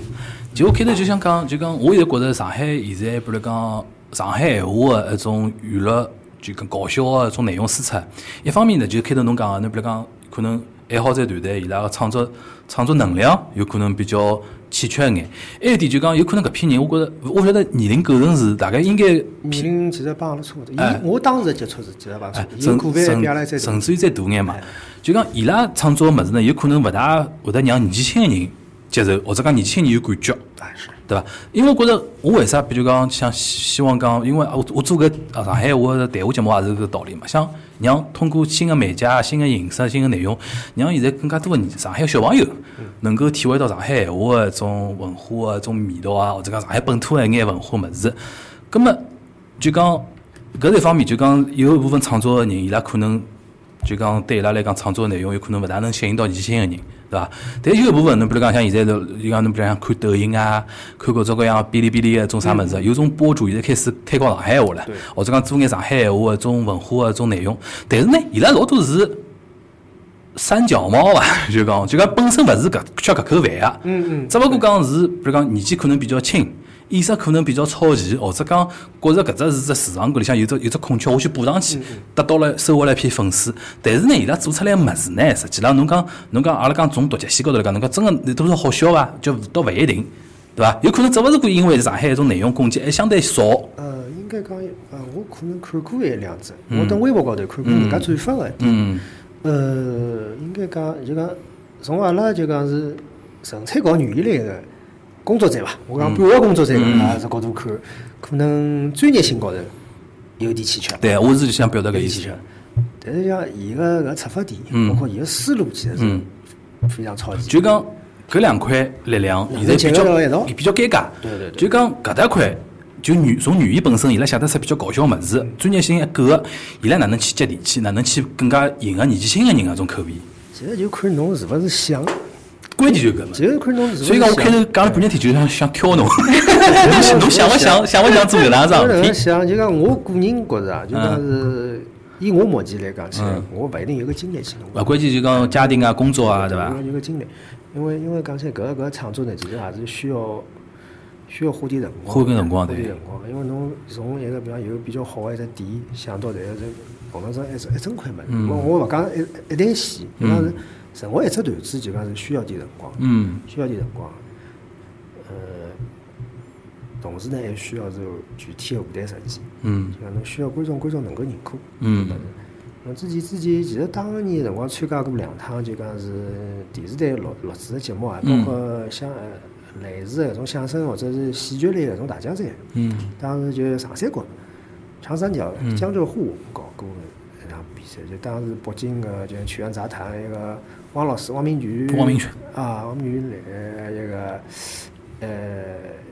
就我开头就想讲，就讲我现在觉着上海现在，比如讲上海闲话的一种娱乐，就跟搞笑啊的一种内容输出。一方面呢，就开头侬讲的，侬比如讲可能爱好者团队伊拉个创作创作能量有可能比较欠缺一眼。还有一点就讲，有可能搿批人，我觉着我勿晓得年龄构成是大概应该年龄其实帮阿拉差勿多。哎伊我当时接触是其实帮差哎勿多，啊有甚个别比阿拉再甚哎甚至于再大眼嘛。就讲伊拉创作个物事呢，有可能勿大会得让年纪轻个人接受，或者讲年纪轻人有感觉。哎是。对伐？因为我觉着我为啥，比如讲，像希希望讲，因为我我做搿啊上海话的谈话节目也是搿个道理嘛，想让通过新的媒介、新的形式、新的内容，让现在更加多的上海小朋友能够体会到上海闲话的一种文化的一种味道啊，或者讲上海本土的一眼文化物事。葛么就讲搿是一方面，就讲有一部分创作的人，伊拉可能就讲对伊拉来讲，创作内容有可能勿大能吸引到年轻个人，对伐？但有一部分，侬比如讲像现在，就就讲侬比如讲看抖音啊，看各种各样哔哩哔哩个种啥物事，有种博主现在开始推广上海话了，或者讲做眼上海闲话个种文化个种内容。但是呢，伊拉老多是三脚猫啊， 就讲就讲本身勿是搿缺搿口饭啊，嗯嗯，只勿过讲是比如讲年纪可能比较轻。意识可能比较超前，或者讲觉着搿只是只市场搿里向有只有只空缺，我去补上去，得到了收获了一批粉丝。但是呢，伊拉做出来物事呢，实际浪侬讲侬讲阿拉讲从独角戏高头来讲，侬讲真个有多少好笑伐？就倒勿一定，对伐？有可能只勿是因为上海一种内容供给还相对少，呃，应该讲，呃，我可能看过一两只，我等微博高头看过人家转发个嗯呃，应该讲就讲，从阿拉就讲是纯粹搞语言类的工作者伐？我讲半个工作者嗯啊搿能介只角度看，可能专业性高头有点欠缺，对，我是想表达搿有意点思欠。缺。但是像伊个搿出发点，包括伊个思路，其实是非常超前。嗯就讲搿两块力量现在比结合到一较道比较尴尬。对对对就讲搿搭块，就语从语言本身，伊拉写得出比较搞笑物事，专业性一够，伊拉哪能去接地气，哪能去更加迎合年纪轻个人个种口味？其实就看侬是勿是想，关键就搿嘛。其实看侬是勿是所以讲，我开头讲了半天天，就是想想挑 侬，侬侬想勿想想勿想做搿能我桩事哪能体？想，就讲我个人觉着啊，就讲是以我目前来讲起来嗯，我勿一定有个经验去弄。啊，关键就讲家庭啊、工作啊，对伐有？有个经历，因为因为讲起来搿个搿个创作呢，其实也是需要需要花点辰光，花点辰光花点对辰光的，因为侬从一个比方有比较好的一只点想到，但是碰到上一只一整块物嗯事，我我勿讲一一台戏，就讲是任何一只段子，就讲是需要点辰光，嗯，需要点辰光，呃，同时呢还需要是具体的舞台设计，嗯，就讲侬需要观众观众能够认可，嗯搿物事。我之前之前其实当年辰光参加过两趟，就讲是电视台录录制的节目啊，包括像呃类似的搿种相声或者是喜剧类的搿种大奖赛。嗯。当时就长三角、长三角、江浙沪我们搞过一场比赛，就当时北京个就是曲苑杂谈一个汪老师汪明荃。汪明荃。啊，汪明荃来一个呃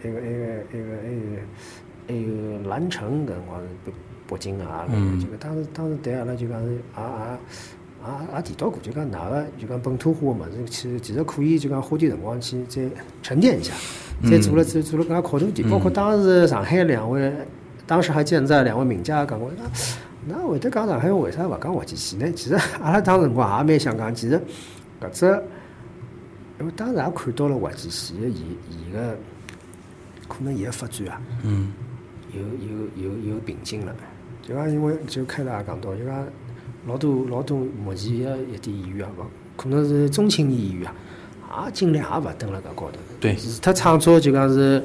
一个一个一个一个一个蓝城搿辰光是北北京啊，这个当时当时对阿拉就讲是也也也也提到过，就讲哪个就讲本土化个物事，其实其实可以就讲花点辰光去再沉淀一下，再做了做做了更加靠谱点。包括当时上海两位，当时还健在两位名家也讲过，啊那那会得讲上海话，为啥勿讲滑稽戏呢？其实阿拉当时辰光也蛮想讲，其实搿只。因为当时也看到了滑稽戏的伊伊个可能伊个发展啊，嗯有有有有瓶颈了。就讲因为就开头也讲到，就讲老多老多目前个一点演员啊，勿可能是中青年演员啊，也尽量也勿蹲辣搿高头。对除脱创作就讲是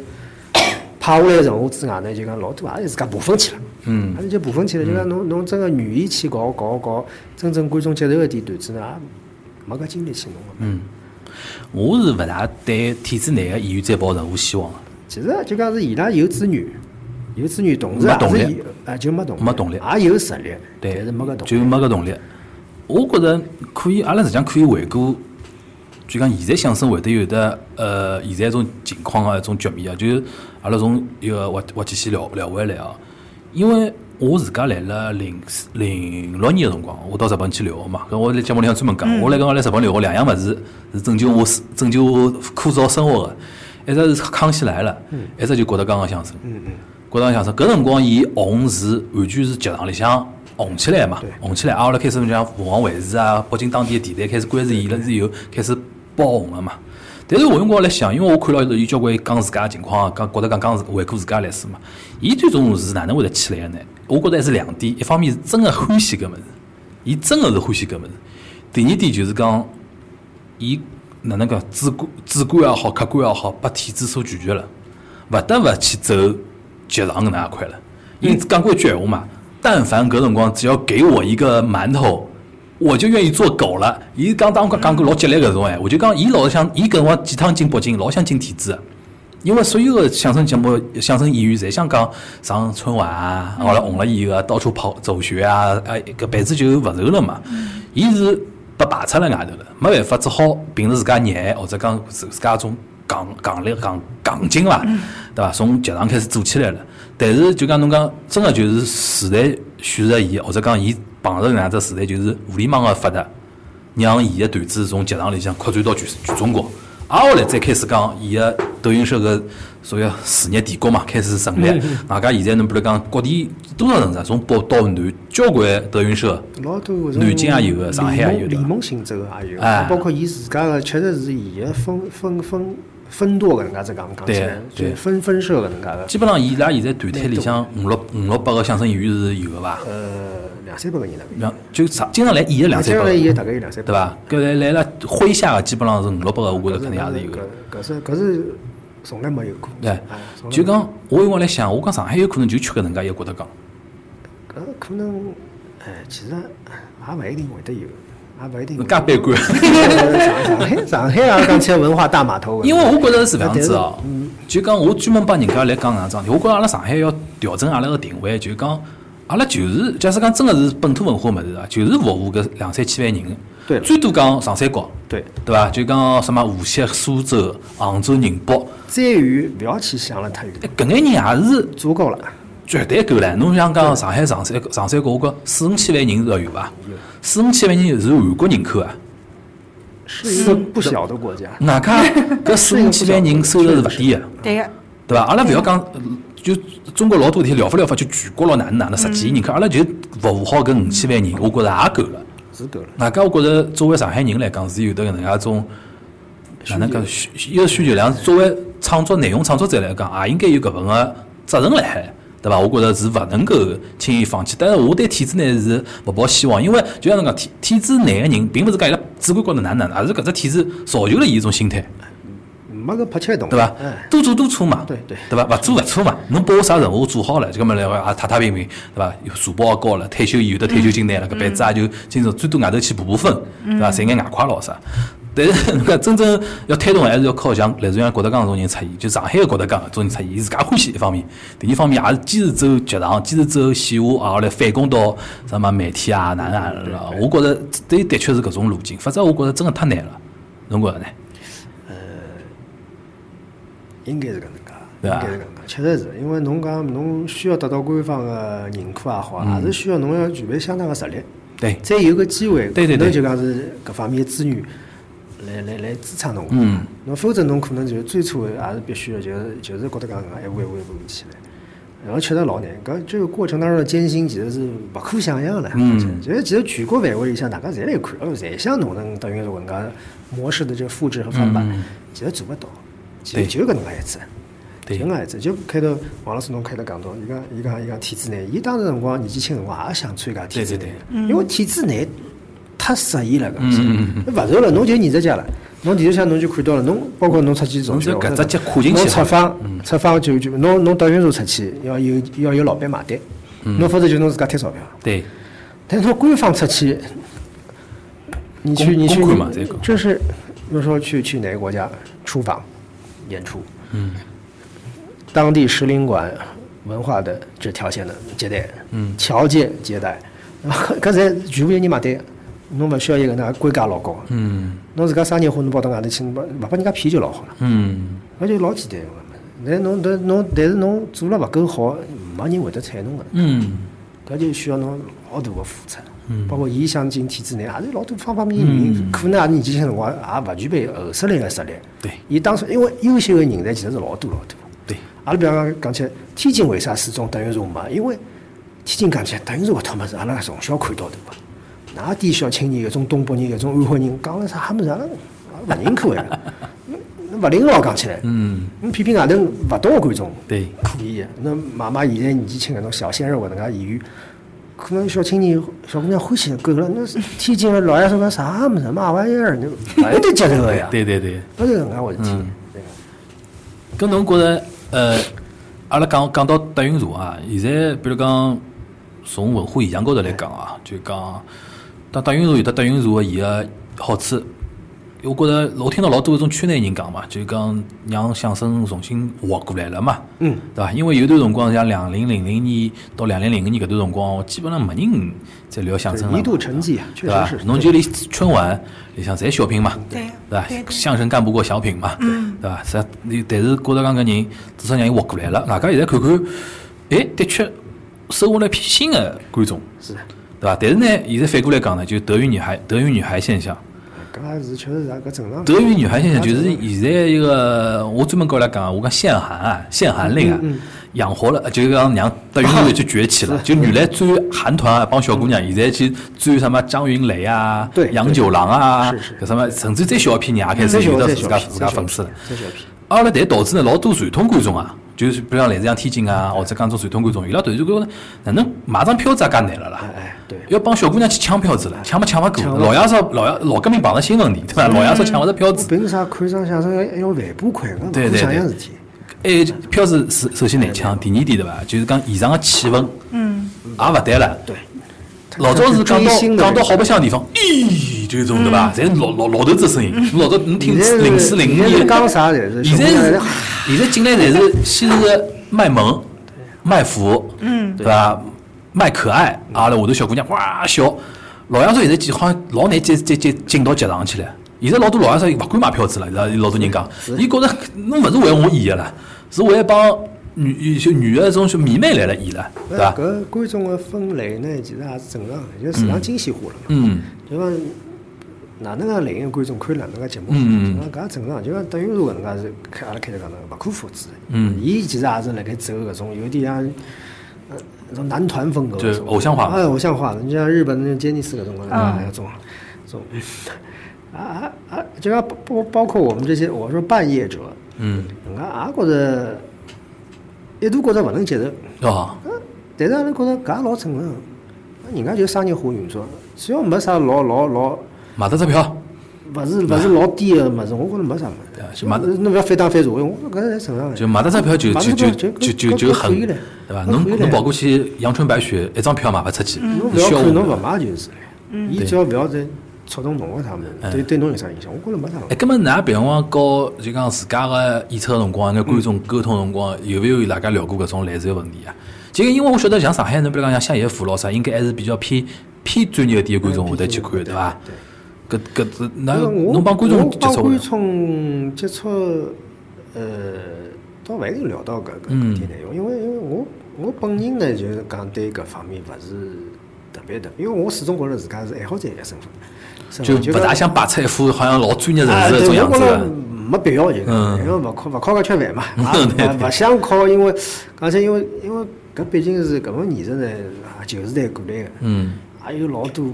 派下来任务之外呢，就讲老多也是自家部分去了。嗯还。是就部分去了，就讲侬侬真个愿意去搞搞搞，真正观众接受一点段子呢，也没搿精力去弄了。嗯，我是勿大对体制内个演员再抱任何希望个。其实啊就讲是伊拉有资源，有资源，同时没也动是力有啊就没动力，没动力也有实力，对，但是没搿动就力。没搿动力。我觉着可以，阿拉实际上可以回顾，就讲现在相声会得有的呃，现在一种情况啊，一种局面啊，就是阿拉从一个滑滑稽戏聊聊回来啊，因为。我自家来了零四零六年个辰光，我到日本去留学嘛。搿我辣节目里向专门嗯讲，我来讲我来日本留学两样物事是拯救我拯救我枯燥生活个，一只是《康熙来了》，嗯一只就郭德纲个相声。郭德纲相声，搿辰光伊红是完全是剧场里向红起来嘛，红起来，啊，阿拉开始讲凤凰卫视啊，北京当地的电台开始关注伊了之后，开始爆红了嘛。但是我用光来想，因为我看了有交关讲自家的情况，啊讲觉得讲讲自回顾自家历史嘛，伊最终是哪能会得起来的呢？我觉得还是两点，一方面是真的欢喜搿物事，伊真的是欢喜搿物事；第二点就是讲，伊哪能讲主观主观也好，客观也好，被体制所拒绝了，勿得勿去走剧场搿能介块了。伊讲过一句闲话嘛，但凡搿辰光只要给我一个馒头，我就愿意做狗了。伊讲当讲过老激烈搿种闲话，就讲伊老是想，伊搿辰光几趟进北京，老想进体制的。因为所有的相声节目、相声演员侪想讲上春晚啊，后来红了以后到处跑走穴啊，哎，搿辈子就勿愁了嘛。伊是被排斥辣外头了，没办法，只好凭着自家热爱或者讲自自家一种杠杠力、杠杠劲伐，对伐？从剧场开始做起来了。但是就讲侬讲，真个就是时代选择伊，或者讲伊碰着搿能样只时代，就是互联网个发达。让伊个段子从剧场里向扩展到全全中国。啊，后来再开始讲伊个德云社个所谓事业帝国嘛，开始成立。外加现在侬比如讲各地多少城市，啊，从北到南，交关德云社。老多搿种南京也有啊的上海也有的啊联盟联盟性质个也有哎的，包括伊自家个确实是伊个分分分分舵搿能介只讲讲起来对，就是对分分社搿能介个，基本上伊拉现在团体里向五六五六百个相声演员是有个伐？呃，两三百个人了。两就常经常来演的两三将百来个，也大概有两三对百个。伐？搿来来了麾下个基本上是五六百个，我觉着肯定也是有个。搿是搿是从来没有过。对哎，从来没有就讲我有辰光来想，我讲上海有可能就缺搿能介一个郭德纲，搿可能，哎，其实也勿一定会得有，也勿一定是会介得悲有。观。上海上海也讲起来文化大码头的。啊因为我觉着是搿样子哦但是，嗯就讲我专门帮人家来讲搿样桩事体。我觉着阿拉上海要调整阿拉个定位，就讲阿拉就是，假使讲真个是本土文化物事啊，就是服务搿两三千万人。对了最多讲长三角，对对伐？就讲什么无锡、苏州、杭州、宁波，再远勿要去想了太远，哎搿眼人也是足够了。绝对够了。侬像讲上海长三角长三角，我觉四五千万人是要有伐？四五千万人是韩国人口啊。是一个不小的国家，外加搿四五千万人收入是勿低个，对个，对伐？阿拉勿要讲，呃就中国老多事体聊勿聊法，就全国咯哪能哪能十几亿人口，阿拉就服务好搿五千万人，我觉着也够了。是够了。外加我觉着作为上海人来讲，是有得搿能介一种哪能讲需一个需求量，作为创作内容创作者来讲，也应该有搿份个责任辣海。对伐？我觉着是勿能够轻易放弃，但是我对体制内是勿抱希望，因为就像侬讲，体体制内个人，并勿是讲伊拉主观高头哪能哪能，而是搿只体制造就了伊一种心态。没个迫切的动力，对伐哎？，多做多错嘛，对对伐？勿做勿错嘛，侬拨我啥任务我做好了，就搿么来啊也踏踏平平，对伐？有社保也交了，退休有的退休金拿嗯了，搿辈子也就今朝最多外头去补补分，对伐？赚眼外快咯啥？但是 侬讲真正要推动，还是要靠像类似像郭德纲搿种人出现，就上海个郭德纲搿种人出现，伊自家欢喜一方面，第二方面也是坚持走剧场，坚持走线下，啊后来反攻到什么媒体啊哪能哪能了。我觉着对的确是搿种路径，否则我觉着真个太难了，侬觉着呢？应该是搿能介，对应伐该是搿能介，确实是因为侬讲侬需要得到官方的认可也好，嗯也是需要侬要具备相当的实力，对，再有个机会，对对可对能就讲是搿方面的资源来来来支撑侬。嗯，侬否则侬可能就是最初还是必须的，就是就是觉得讲搿能介一步一步一步起来。然后确实老难，搿这个过程当中的艰辛其实是勿可想象的。嗯其实其实全国范围里向大家侪来看，哦，侪想侬能等于是搿能介模式的这个复制和翻版，其实做勿到，其实对就搿能介一只。对就搿能介一只，就开头王老师侬开头讲到，伊讲伊讲伊讲体制内，伊当时辰光年纪轻辰光也想参加体制对内对对，因为体制内太适宜了，搿物事嗯嗯，勿然了，侬就艺术家了，侬艺术家侬就看到了，侬包括侬出去造侬句，就搿只脚跨进去嗯侬出访出访就就侬侬到运输出去要有要有老板买单，嗯侬否则就侬自家贴钞票，对。但是侬官方出去，你去公你去公款嘛这个就是比如说去去哪个国家出访演出，嗯，当地使领馆文化的这条线的接待，嗯，侨界接待， 搿侪全部有人买单，侬勿需要一个那规格老高，嗯侬自家商业化侬跑到外头去，侬把勿把人家骗就老好了。嗯，那就老简单个嘛。但侬但侬但是侬做了勿够好，没人会得睬侬个。嗯，搿就需要侬老大个付出。包括伊想进体制内，也是老多方方面面嗯原因，可能啊也是年纪轻辰光也勿具备后十来个实力。对伊当初因为优秀个人才其实是老多老多。对，阿拉比方讲讲起来，天津为啥始终德云社没？因为天津讲起来，德云社搿套物事，阿拉从小看到大个。哪点小青年，搿种东北人，搿种安徽人，讲了啥物事，阿拉阿拉勿认可个。侬勿灵老讲起来，嗯，侬批评外头勿懂个观众，对可以个。那妈妈现在年纪轻个，侬小鲜肉搿能介演员，可能小青年、小姑娘欢喜就够了。那是天津个老爷说讲啥物事，嘛玩意儿，侬勿会得接受个呀，对对对。勿是搿能介回事体嗯。搿侬觉着，呃，阿拉讲讲到德云社啊，现在比如讲从文化现象高头来讲啊，就讲，当德云社有得德云社个伊个好处，我觉着我听到老多搿种圈内人讲嘛，就讲让相声重新活过来了嘛，嗯，对伐？因为有段辰光，像两零零零年到两零零五年搿段辰光，基本上没人在聊相声对了嘛，一度沉寂啊，确对伐实是。？侬就连春晚里向侪小品嘛，对对伐对？嗯对相声干不过小品嘛，对伐？实际但是郭德纲搿人至少让伊活过来了。外加现在看看，哎，的确收获了一批新的观众，是的。对伐？但是呢，现在反过来讲呢，就德云女孩、德云女孩现象，搿也是确实是啊搿正常。德云女孩现象嗯就是现在一个，我专门跟伊拉讲，我讲限韩啊，限韩令嗯啊，养活了，就是讲让德云社就崛起 了。就原来追韩团啊，帮小姑娘，现在去追什么张云雷啊嗯对、对杨九郎啊是是，搿什么，甚至再小一批人也开再始小有的再自小家品，自家粉丝了。再小品，阿拉但导致呢老多传统观众啊，就是比如像类似像天津哎啊，或者讲种传统观众，伊拉突然就觉着哪能买张票子也介难了啦哎哎对？要帮小姑娘去抢票子了，抢么抢勿过抢。勿嗯老爷子老爷老革命碰着新问题，对伐？老爷子抢勿着票子，凭啥看上相声还还要万把块？搿对对勿可想对象事体。哎，票子首首先难抢，第二点对伐？就是讲现场个气氛，嗯，也勿对了。对，老早是讲追星到讲的到人好白相的地方，咦，就是这种对伐？侪是老老老头子声音，老早侬听现在是零四零五现在年是讲啥侪是现在小姑是娘现在进来侪是先是卖萌、卖腐，嗯，对伐？卖可爱，嗯啊阿拉下头小姑娘哇笑，老爷子现在几好像老难再再再进到剧场去了。现在老多老爷子勿敢买票子了，伊拉老多人讲，伊觉着侬勿是为我演个啦，是为帮女就女个种迷妹来了演了，对伐？搿观众个分类呢，其实也是正常的，就市场精细化了嘛。嗯就讲哪能介类型观众看哪能介节目，嗯嗯就讲搿也正常。就讲等于是搿能介是开阿拉开头讲的勿可复制。嗯伊其实也是辣盖走搿种有点像呃搿种男团风格就搿是种，偶像化啊哎，偶像化。你像日本那杰尼斯搿种啊个，嗯那种种 啊啊啊，就讲包包括我们这些，我说半夜者，嗯，人家也觉着一度觉着勿能接受。哦，呃但是阿拉觉着搿也老正常，啊人家就商业化运作，只要没啥老老老，买得只票，勿是勿是老低个物事，我觉着没啥物对啊事。就买侬勿要翻当翻查，我觉着搿是正常就个。买得只票就买就就得着就票就就就就就就很可以了对伐？就侬可以了嗯侬跑过去阳春白雪，一张票买勿出去，侬你勿要需要看侬勿我。买就是了。伊只要勿要再触动侬个啥物事，对对侬有啥影响？我觉着没啥哎，问题。搿么㑚平常告就讲自家个演出个辰光，跟观众沟通辰光，嗯有没有伊拉家聊过搿种类似个问题啊？就因为我晓得像上海人，比如讲像像叶父老啥，应该还是比较偏偏专业点个观众会得去看，对伐？搿搿搿，因为㑚我侬帮观我众接帮触过观伐？众接触，呃，倒勿一定聊到搿搿嗯搿点内容，因为因为我我本人呢，就是讲对搿方面勿是特别的，因为我始终觉着自家是爱好者一个身份，身就份勿讲大想摆出一副好像老专业人啊，士对，个我种样觉子着个。没必要，就嗯是，因为勿靠勿靠搿吃饭嘛，啊 对也勿勿想靠，因为而且因为因为搿毕竟是搿份艺术呢，也旧时代过来个，嗯，也有老多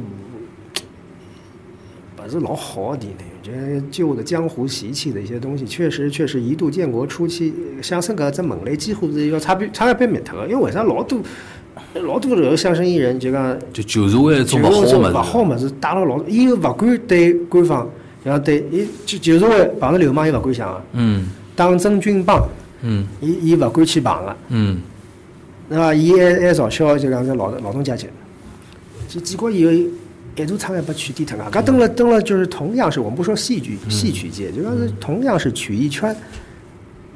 不是老好的点呢，这旧的江湖习气的一些东西，确实确实一度建国初期，相声搿只门类几乎是要差别差别灭脱个，因为为啥老多老多搿个相声艺人就讲。就就是为一种就是勿好种个勿物事好。物事打了老，伊又勿敢对官方，然后对伊就就是会碰着流氓，伊勿敢想个，嗯党争军帮，嗯伊伊勿敢去碰个，嗯。对伐？伊还还嘲笑就讲是劳劳动阶级，就建国以后，一座沧海被取缔脱了。搿登了登了，就是同样是我们不说戏剧嗯戏曲界，就讲是同样是曲艺圈，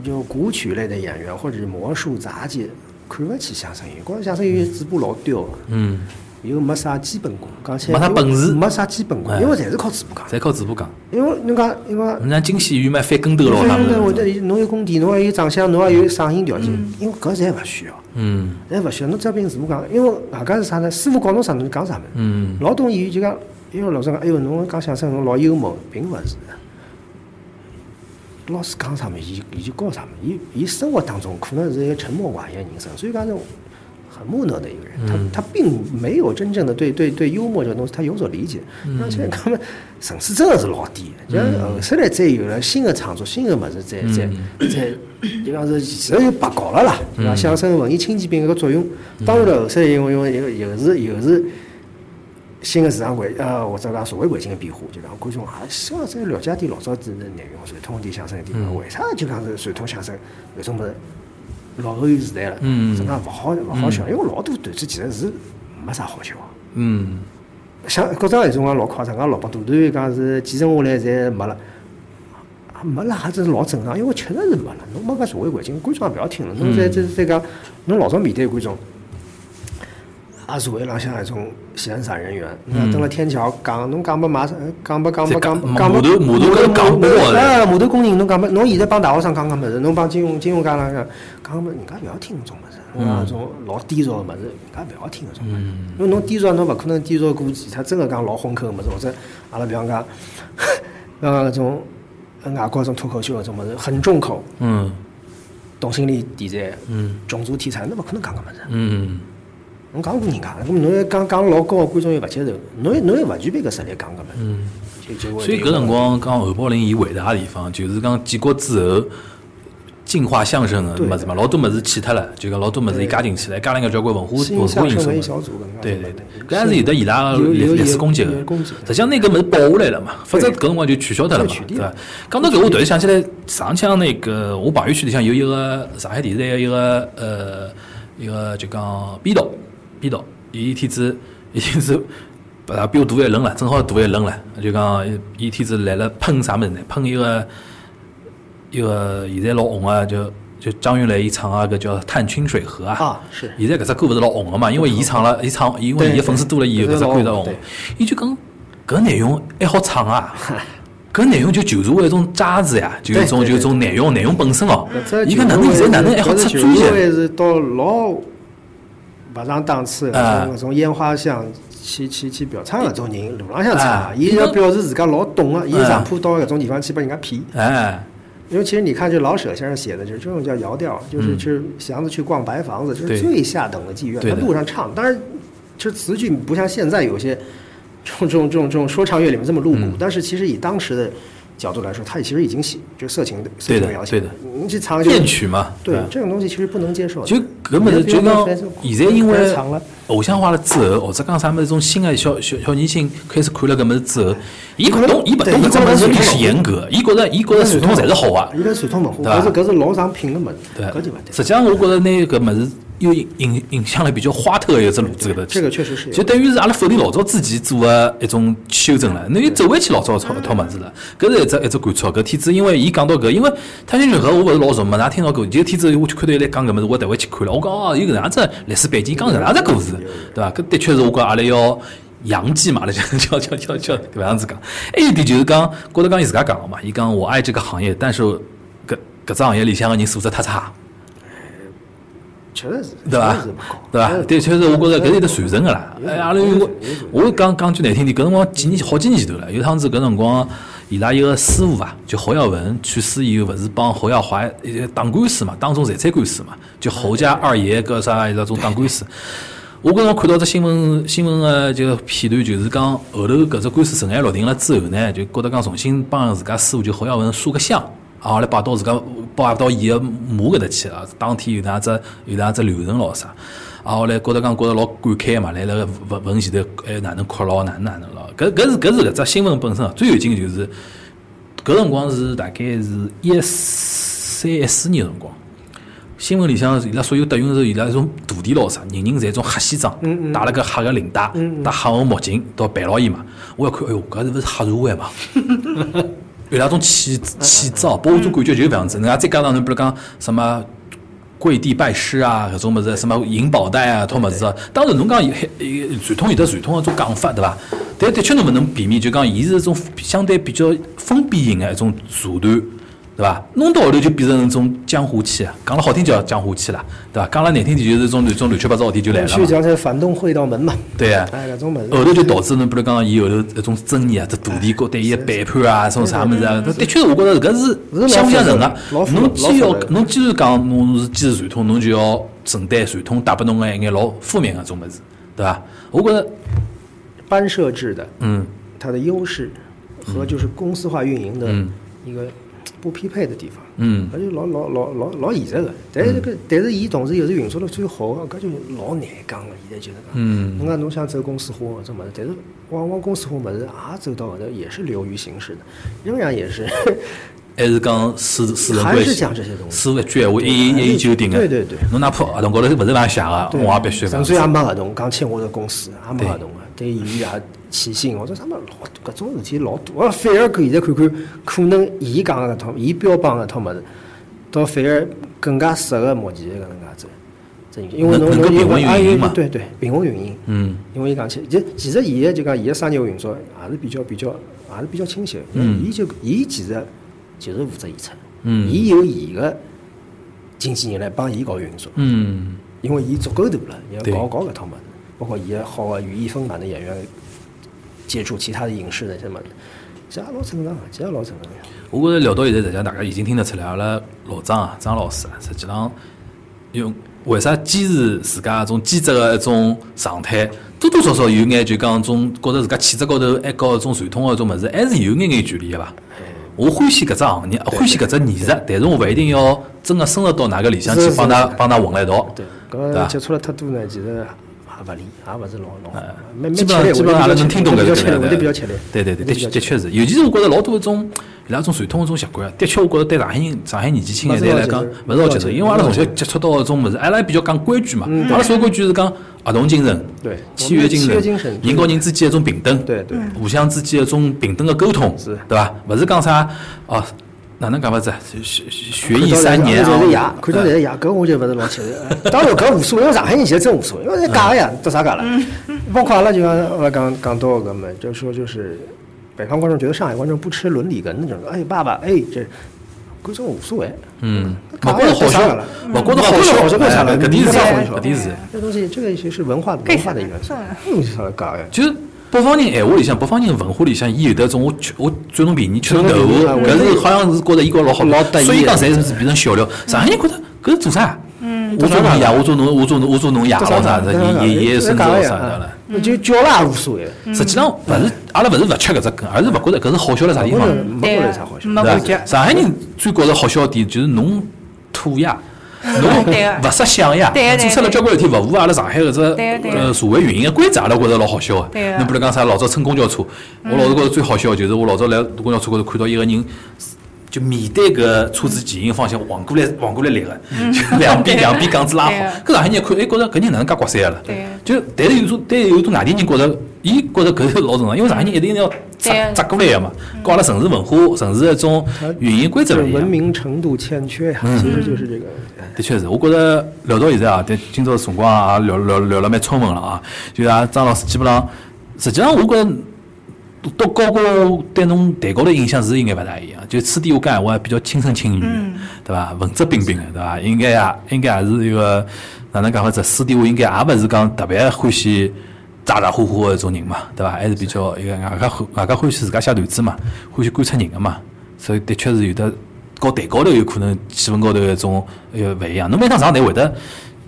就古曲类的演员或者是魔术杂技，看勿起相声演员，觉着相声演员嘴巴老刁个。嗯，又没啥基本功，讲起没来啥本事没啥基本功哎，因为侪是靠嘴巴讲。侪靠嘴巴讲。因为侬讲，因为侬像京戏院买翻跟头 咯啥因为物我事。得侬有功底，侬还有长相，侬还有嗓音条件，因为搿侪勿需要，嗯侪勿需要。侬只要凭嘴巴讲，因为外加是啥呢？师傅教侬啥，侬就讲啥物事。嗯老多演员就讲，因为老早讲，哎哟，侬讲相声侬老幽默，并勿是。老师讲啥么，伊伊就教啥么，伊伊生活当中可能是一个沉默寡言的人生，所以讲是很木讷的一个人，他他并没有真正的对对对幽默这个东西他有所理解，而且他们层次真的是老低，就呃像后头来再有了新的创作、新的么子，再再再，就讲是其实又白搞了啦，对伐？相声文艺轻骑兵一个作用，当然了，后头因为因为又又是又是。新的市场环呃，或者讲社会环境的变化，就讲观众也希望再了解点老早子的内容，传统点相声的地方，为啥就讲是传统相声有种物事落后于时代了？嗯真个勿好勿好笑，因为老多段子其实是没啥好笑的。嗯像国产有种讲老夸张，讲老八大段讲是继承下来侪没了。啊没了，还真是老正常，因为确实是没了。侬没搿社会环境，观众也勿要听了。侬再再再讲，侬老早面对观众，也是为浪向一种闲散人员。侬等了天桥讲，侬讲不马上，讲不讲不讲不讲不，嗯这个码头码头跟讲不过来哎，码头工人侬讲不，侬现在帮大学生讲讲物事，侬帮金融金融家长讲讲物事，人家勿要听搿种物事，嗯侬讲搿种老低俗个物事，人家勿要听搿种物事。因为侬低俗，侬勿可能低俗过其他真个讲老荤口个物事，或者阿拉比方讲，比方讲搿种呃外国搿种脱口秀搿种物事很重口，嗯动心理题材，嗯，种族题材，侬勿可能讲搿物事。嗯侬讲过人家，咁侬要讲讲老高个观众又勿接受，侬又侬又勿具备搿实力讲搿物嗯事，就就会所以搿辰光讲侯宝林伊伟大个地方，就是讲建国之后，进化相声个对么子嘛，老多么子去脱了，就讲老多么子伊加进去了，加了眼交关文化新文化相因声素文艺嘛。小组搿能介对对的对，搿还是有的伊拉有历有历史有攻击个。有攻击实际上那个么子保下来了嘛，否则搿辰光就取消掉了嘛就，取对缔伐？讲到搿，我突然想起来，上腔那个我朋友圈里向有一个上海电视台的一个呃一个就讲编导编导，伊一天子一天子。啊，比我大一轮了，正好大一轮了，就讲伊伊一天子来了喷啥物事呢？喷一个一个现在老红个，就就张云雷伊唱啊个搿叫《探清水河》啊是现在搿只歌勿是老红个嘛，因为伊唱了，伊唱，因为伊对个粉丝多了以后，对搿只歌才搿老红红对。伊就讲搿内容还好唱啊， 搿内容就旧社会一种渣子呀，就一种对对就一种内容内容本身哦。这伊搿哪能现在哪能还好出追专辑？是到老不上档次，啊搿种烟花巷去去去表唱搿种人，路浪向啊唱，伊要表示自家老懂啊个，伊嗯上铺到搿种地方去把人家骗。哎，因为其实你看，就老舍先生写的，就是这种叫摇调，就是就是祥子去逛白房子，就嗯对是最下等的妓院，对在的路上唱。当然，就是词句不像现在有些这种这种这种这种说唱乐里面这么露骨，嗯但是其实以当时的角度来说，他其实已经写就色情的色对情的的描写，对的你去啊唱就恋曲嘛，对吧这种东西其实不能接受的。就搿么子，就讲现在因为长了，偶像化了之后，或者讲啥么子，种新的小小小年轻开始看了搿么子之后，伊勿懂，伊勿对懂伊搿种可能物事是历传史统严格，伊觉着伊觉着传统侪是好啊。一个传统文对吧化，搿是搿是老上品的物事，对，搿就勿对。实际上，我觉着拿搿物事又影影影响了比较花头的一只路子搿搭去。这个确实是有就等于是阿拉否定老早自己做个一种修正了，那又走回去老早一套一套物事了。搿是一只一只感触。搿天子因为伊讲到搿，因为太平河我勿是老熟嘛，㑚听到过？就天子我去看到伊来讲搿物事，我特回去看了。我讲哦，有搿能样子历史背景，讲搿能样子故事，对伐？搿的确是我觉阿拉要。洋气嘛，阿拉叫叫叫叫叫搿样子讲。还有一点就是讲，郭德纲伊自家讲个嘛，伊讲我爱这个行业，但是搿搿只行业里向个人素质太差。确实是，对伐确实是不高？对伐？的确是，我觉着搿是一个传承个啦。有哎，种阿拉有有我种有种，我讲讲句难听点，搿辰光几年好几年前头了。有趟子搿辰光，伊拉一个师傅啊，就侯耀文去世以后，勿是帮侯耀华呃打官司嘛，打种财产官司嘛，就侯家二爷搿啥伊拉种打官司。我搿辰光看到只新闻新闻个就片段，就是讲后头搿只官司尘埃落定了之后呢，就觉得讲重新帮自家师傅就侯耀文塑个像，啊，来摆到自家摆到伊个墓搿搭去啊。当天有哪只有哪只流程咯啥，啊，后来觉得讲觉得老感慨嘛，来了个文文前头哎哪能哭咯，哪能哪能咯。搿搿是搿是搿只新闻本身啊，最有劲就是搿辰光是大概是一三一四年的辰光。新闻里向伊拉所有德云社伊拉那种徒弟咯啥，人人侪种黑西装，戴了个黑个领带，戴黑个墨镜，到陪牢伊嘛。我一看，哎哟，搿是勿是黑社会嘛？有那种气气质哦，拨我种感觉就是搿样子。人家再加上侬比如讲什么跪地拜师啊，搿种物事，什么银宝带啊，搿种物事啊。当然侬讲有有传统有的传统的种啊讲法，对伐？但的确侬勿能避免，就讲伊是一种相对比较封闭型的一种手段。对伐？弄到后头就变成一种江湖气啊，讲了好听叫江湖气啦，对伐？讲了难听点就是一种乱种乱七八糟的事体就来了去嘛。讲起来反动会道门嘛，对啊，哎，搿种物事。后头就导致侬比如讲伊后头一种争议啊，这徒弟高对伊个背叛啊，种啥物事啊，的确我觉着搿是是相老辅相复杂成的个。老复侬老既复要杂的侬既然讲侬是坚持传统，侬就要承担传统带拨侬个一眼老负面个种物事，对伐？我觉着，班社制的，嗯，它的优势和就是公司化运营的一个不匹配的地方。嗯，搿就老老老老老现实个，但是搿但是伊同时又是运作了最好个，搿就老难讲个。现在就是讲，嗯侬讲侬想走公司化搿种物事，但是往往公司化物事也走到后头也是流于形式的，仍然也是还是讲私私人还关系，是讲这些东西私一句闲话，一还言是一言九鼎个。对对对侬哪怕合同高头勿是搿样写个，对我也必须搿甚样至也子。没合同，讲签我的公司也没对合同个，啊对伊也起薪，我说啥么老搿种事体老多，我反而看现在看看，可能伊讲个搿套，伊标榜个搿套物事，倒反而更加适合目前搿能介子。真因为能侬能侬够平衡因为运啊营有嘛对对，平衡运营。嗯，因为伊讲起，其其实伊个就讲伊个商业运作也是比较比较也是比较清晰的。嗯，伊就伊其实就是负责演出。嗯伊有伊个经纪人来帮伊搞运作。嗯。因为伊足够大了，要对搞搞搿套物事，包括伊个好个语艺丰满的啊演员接触其他的影视那些物事，其实也老正常，其实也老正常。我觉着聊到现在，实际上大家已经听得出来，阿拉老张啊，张老师啊，实际上用为啥坚持自家一种兼职个一种状态，多多少少有眼就讲种觉着自家气质高头还和一种传统个一种物事，还是有眼眼距离个吧。我欢喜搿只行业，欢喜搿只艺术，但是我勿一定要真个深入到哪个里向去是是帮㑚是帮㑚混辣一道，对，对搿伐接？触了太多呢，其实也勿利，也勿是老老好。呃蛮蛮基吃本上力，基本上阿我拉觉得能比较听懂搿吃力个我觉得比较吃力，对我对就比较对对对，的吃力。我确就的比较吃力确是，尤其是我觉着老多一种伊拉一种传统一种习惯，的确我觉着对上海人上海年纪轻一代来讲勿勿是是老老接接受受，因为阿拉从小接触到一种物事，阿拉比较讲规矩嘛，嗯阿拉所谓规矩是讲合同精神、对契约精契约神精神、人和人之间一种平等，对对嗯互相之间一种平等的沟通，是对伐？勿是讲啥哦，哪能讲法子啊？学学学看艺到三年侪是啊牙，，看到侪是牙，搿我就勿是老吃力。当然搿无所谓，哎因为上海人其实真无所谓，因为嗯是假个呀，得啥假了？包括阿拉就像阿拉讲讲到搿么，就是说就是北方观众觉得上海观众不吃伦理根那种，哎爸爸，哎这观众无所谓，嗯，勿假觉着的好得啥笑了？，勿觉着好勿觉得好笑，笑为嗯啥哎了搿点是你不要搿好点是。啊嗯这东西这个其实文化文化的一个，嗯，啥了假个？就是北方人哎闲话里向，北方人文化里向，伊有得一种我吃我最侬便宜吃侬豆腐，嗯搿是好像是觉着伊觉老好老得意所以讲侪是变成笑料。上海人觉着搿是做啥？嗯，我做侬爷，我做侬，我做侬，我做侬爷这啥咯啥了的，这啥了爷爷爷孙子这咯啥啥了的了。嗯那就叫了也无所谓了。实际上勿是，阿拉勿是勿吃搿只根，而是勿觉着搿是好笑辣啥地我方觉。得没对觉啊得啥好笑。没感对觉吧？。上海人最觉着好笑的点就是侬土 呀，侬对啊勿识相呀，对啊对做啊出了交关事体勿符合阿拉上海搿只对啊对啊呃社会运营的规则，阿拉觉着老好笑对的。啊侬比如讲啥老早乘公交车，我老是觉着最好笑的就是我老早来公交车高头看到一个人。就面对搿车子前行方向，往过来往过来立个，就两边嗯 对两边杠子拉好对啊。搿上海人一看，哎，觉着搿人哪能介刮三个了对啊？就但是有种，但是有种外地人觉着，伊觉着搿是老正常，因为上海人一定要对扎啊扎过来个嘛，跟阿拉城市文化、城市的一种运营规则这勿一嗯文样。明程度欠缺呀，嗯其实就是这个。哎的确是，我觉着聊到现在啊，但今朝辰光啊也聊聊聊了蛮充分了啊。就是啊，张老师基本上，实际上我觉着到高高对侬谈高头印象是应该勿大一样。就私底下讲闲话比较轻声轻语的，对伐？文质彬彬的，对伐？应该呀，应该也是一个哪能讲法子？私底下应该也勿是讲特别欢喜。咋咋呼呼的一种人嘛，对伐？还是比较一个外加欢外加欢喜自家写段子嘛，欢喜观察人个嘛，所以的确是有的高台高头有可能气氛高头一种呃勿一样。侬每趟上台会得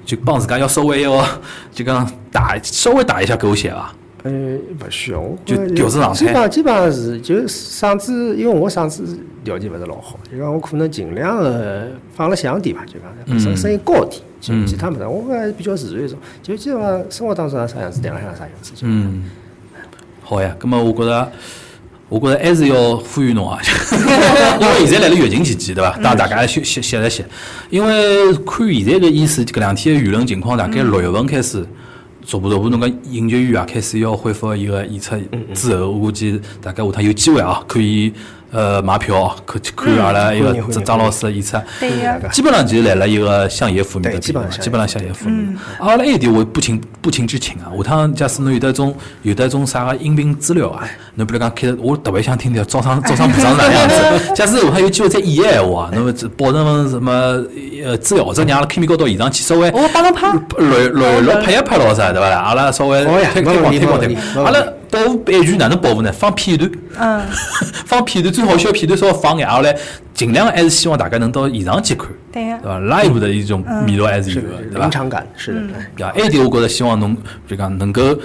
就帮自家要稍微要就讲打稍微打一下狗血伐？呃，不需要，我就觉得调整状态基本上基本上是，就是嗓子，因为我嗓子条件勿是老好，就讲我可能尽量的放了响点吧，就讲声声音高点，嗯就其他没得，我还是比较自然一种，就基本上生活当中啥样子，电脑上啥样子，就嗯，好呀，那么我觉着。我觉着还是要呼吁侬啊， 因为现在来了疫情期间，对伐？带大家歇歇歇了歇，因为看现在的意思，搿两天的舆论情况，大概六月份开始，逐步逐步，侬讲影剧院啊开始要恢复伊个演出之后，我估计大概下趟有机会啊，可以呃买票啊，看去看阿拉一个欢迎欢迎张张老师的演出。对呀，基本上就是来了一个相爷覆灭的对地方嘛，基基本上本上相爷覆灭。阿拉还有一点我不情不情之请啊，下趟假使侬有得种有得种啥个音频资料啊，侬比如讲开，我特别想听听招商招商部长是哪样子。假使下趟有机会再演个闲话啊，那么这保证什么呃资料或者让阿拉 Kimi 高到现场去稍微。我帮侬拍。乱乱乱拍一拍咯啥对伐啦？阿拉稍微好呀推没推问广题推广推没问题没广，问阿题拉保护版权哪能保护呢？放片段，嗯，放片段最好笑片段稍微放眼，阿拉尽量还是希望大家能到现场去看，对呀嗯对吧？live 的一种味道还是有是的，的，对吧临？场感是的。哎对吧？还有一点我觉着希望侬就讲能够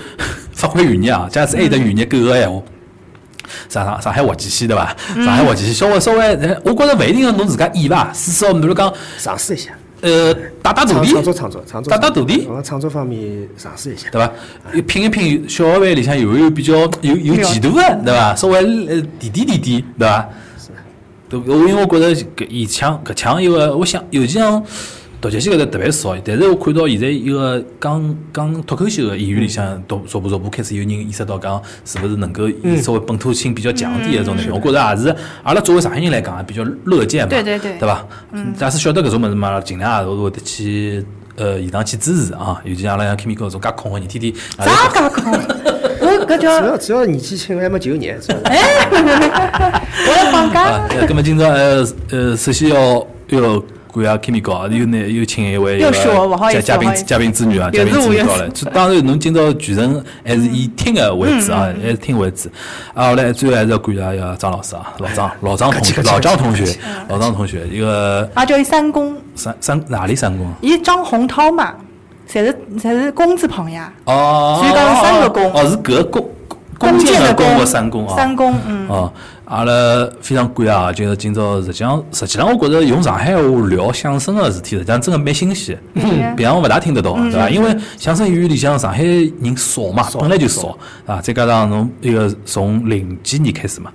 发挥余热啊，假使还有得余热够个闲话。上上上海滑稽戏对伐？嗯上海滑稽戏稍微稍微，呃我觉着勿一定要侬自家演伐，至少比如讲，尝试一下，呃，打打创肚皮，创作创作创作，打打肚皮，往创作方面尝试一下。对伐？拼一拼，小学班里向有没有比较有有前途的，对伐？稍微呃点点点点，对伐？对，我因为我觉着搿以腔搿腔一个，我想尤其像读剧系搿搭特别少，但是我看到现在一个讲讲脱口秀个演员里向，逐逐步逐步开始有人意识到讲，是勿是能够嗯稍微本土性比较强点一种内容？我觉着也是，阿拉作为上海人来讲，比较乐见嘛，对对对对伐？嗯假使晓得搿种物事嘛，尽量也会得去。呃，现场去支持啊，尤其像阿拉像 Kimi 哥搿种介空个人，天天也啥介空？ 我搿只叫要只要年纪轻，还没九年，只要我要放假啊，，呃，那么今朝呃呃，首先要要感谢 Kimi 哥，又呢又请一位又是我呃不好意嘉嘉思不宾好意思嘉宾之女啊，嘉有宾是之我嗯女有到了。这当然，侬今朝全程还是以听的为主嗯啊，还是听为主。啊，后来最后还是要感谢呃张老师啊，老张老张 同学，老张同学，老张同学，一个也啊叫伊三公，三三哪里三公啊？伊张洪涛嘛，侪是侪是公字旁呀。哦，所以讲三个公哦，是搿个公。公福建的公和三公啊，三公，嗯，哦，阿拉非常感谢啊！就是今朝实际上，实际上我觉着用上海话聊相声个事体，实际上真个蛮新鲜，嗯别人勿大听得到，对伐？因为相声演员里向上海人少嘛，本来就少啊，再加上侬一个从零几年开始嘛。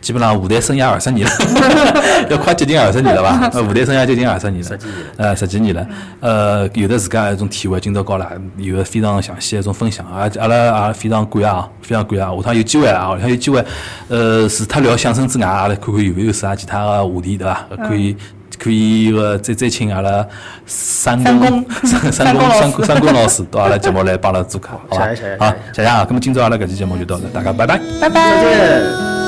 基本上舞台生涯二十年了， 要快接近二十年了 吧？呃舞台生涯接近二十年了，呃，十几年了。呃，有的自家一种体会，今朝高了，啊有个非常详细的一种分享，啊，阿拉也非常感谢啊，非常感谢啊。下趟有机会啊，下趟有机会，呃，除脱聊相声之外，阿拉看看有没有啥其他个话题，对伐？可以。可以个再再请阿拉三三公三三公三三公老师公三公老师到阿拉节目来帮阿拉做客，好吧谢谢谢谢？好，谢谢啊！那么今朝阿拉搿期节目就到这，大家拜拜。拜拜。再见。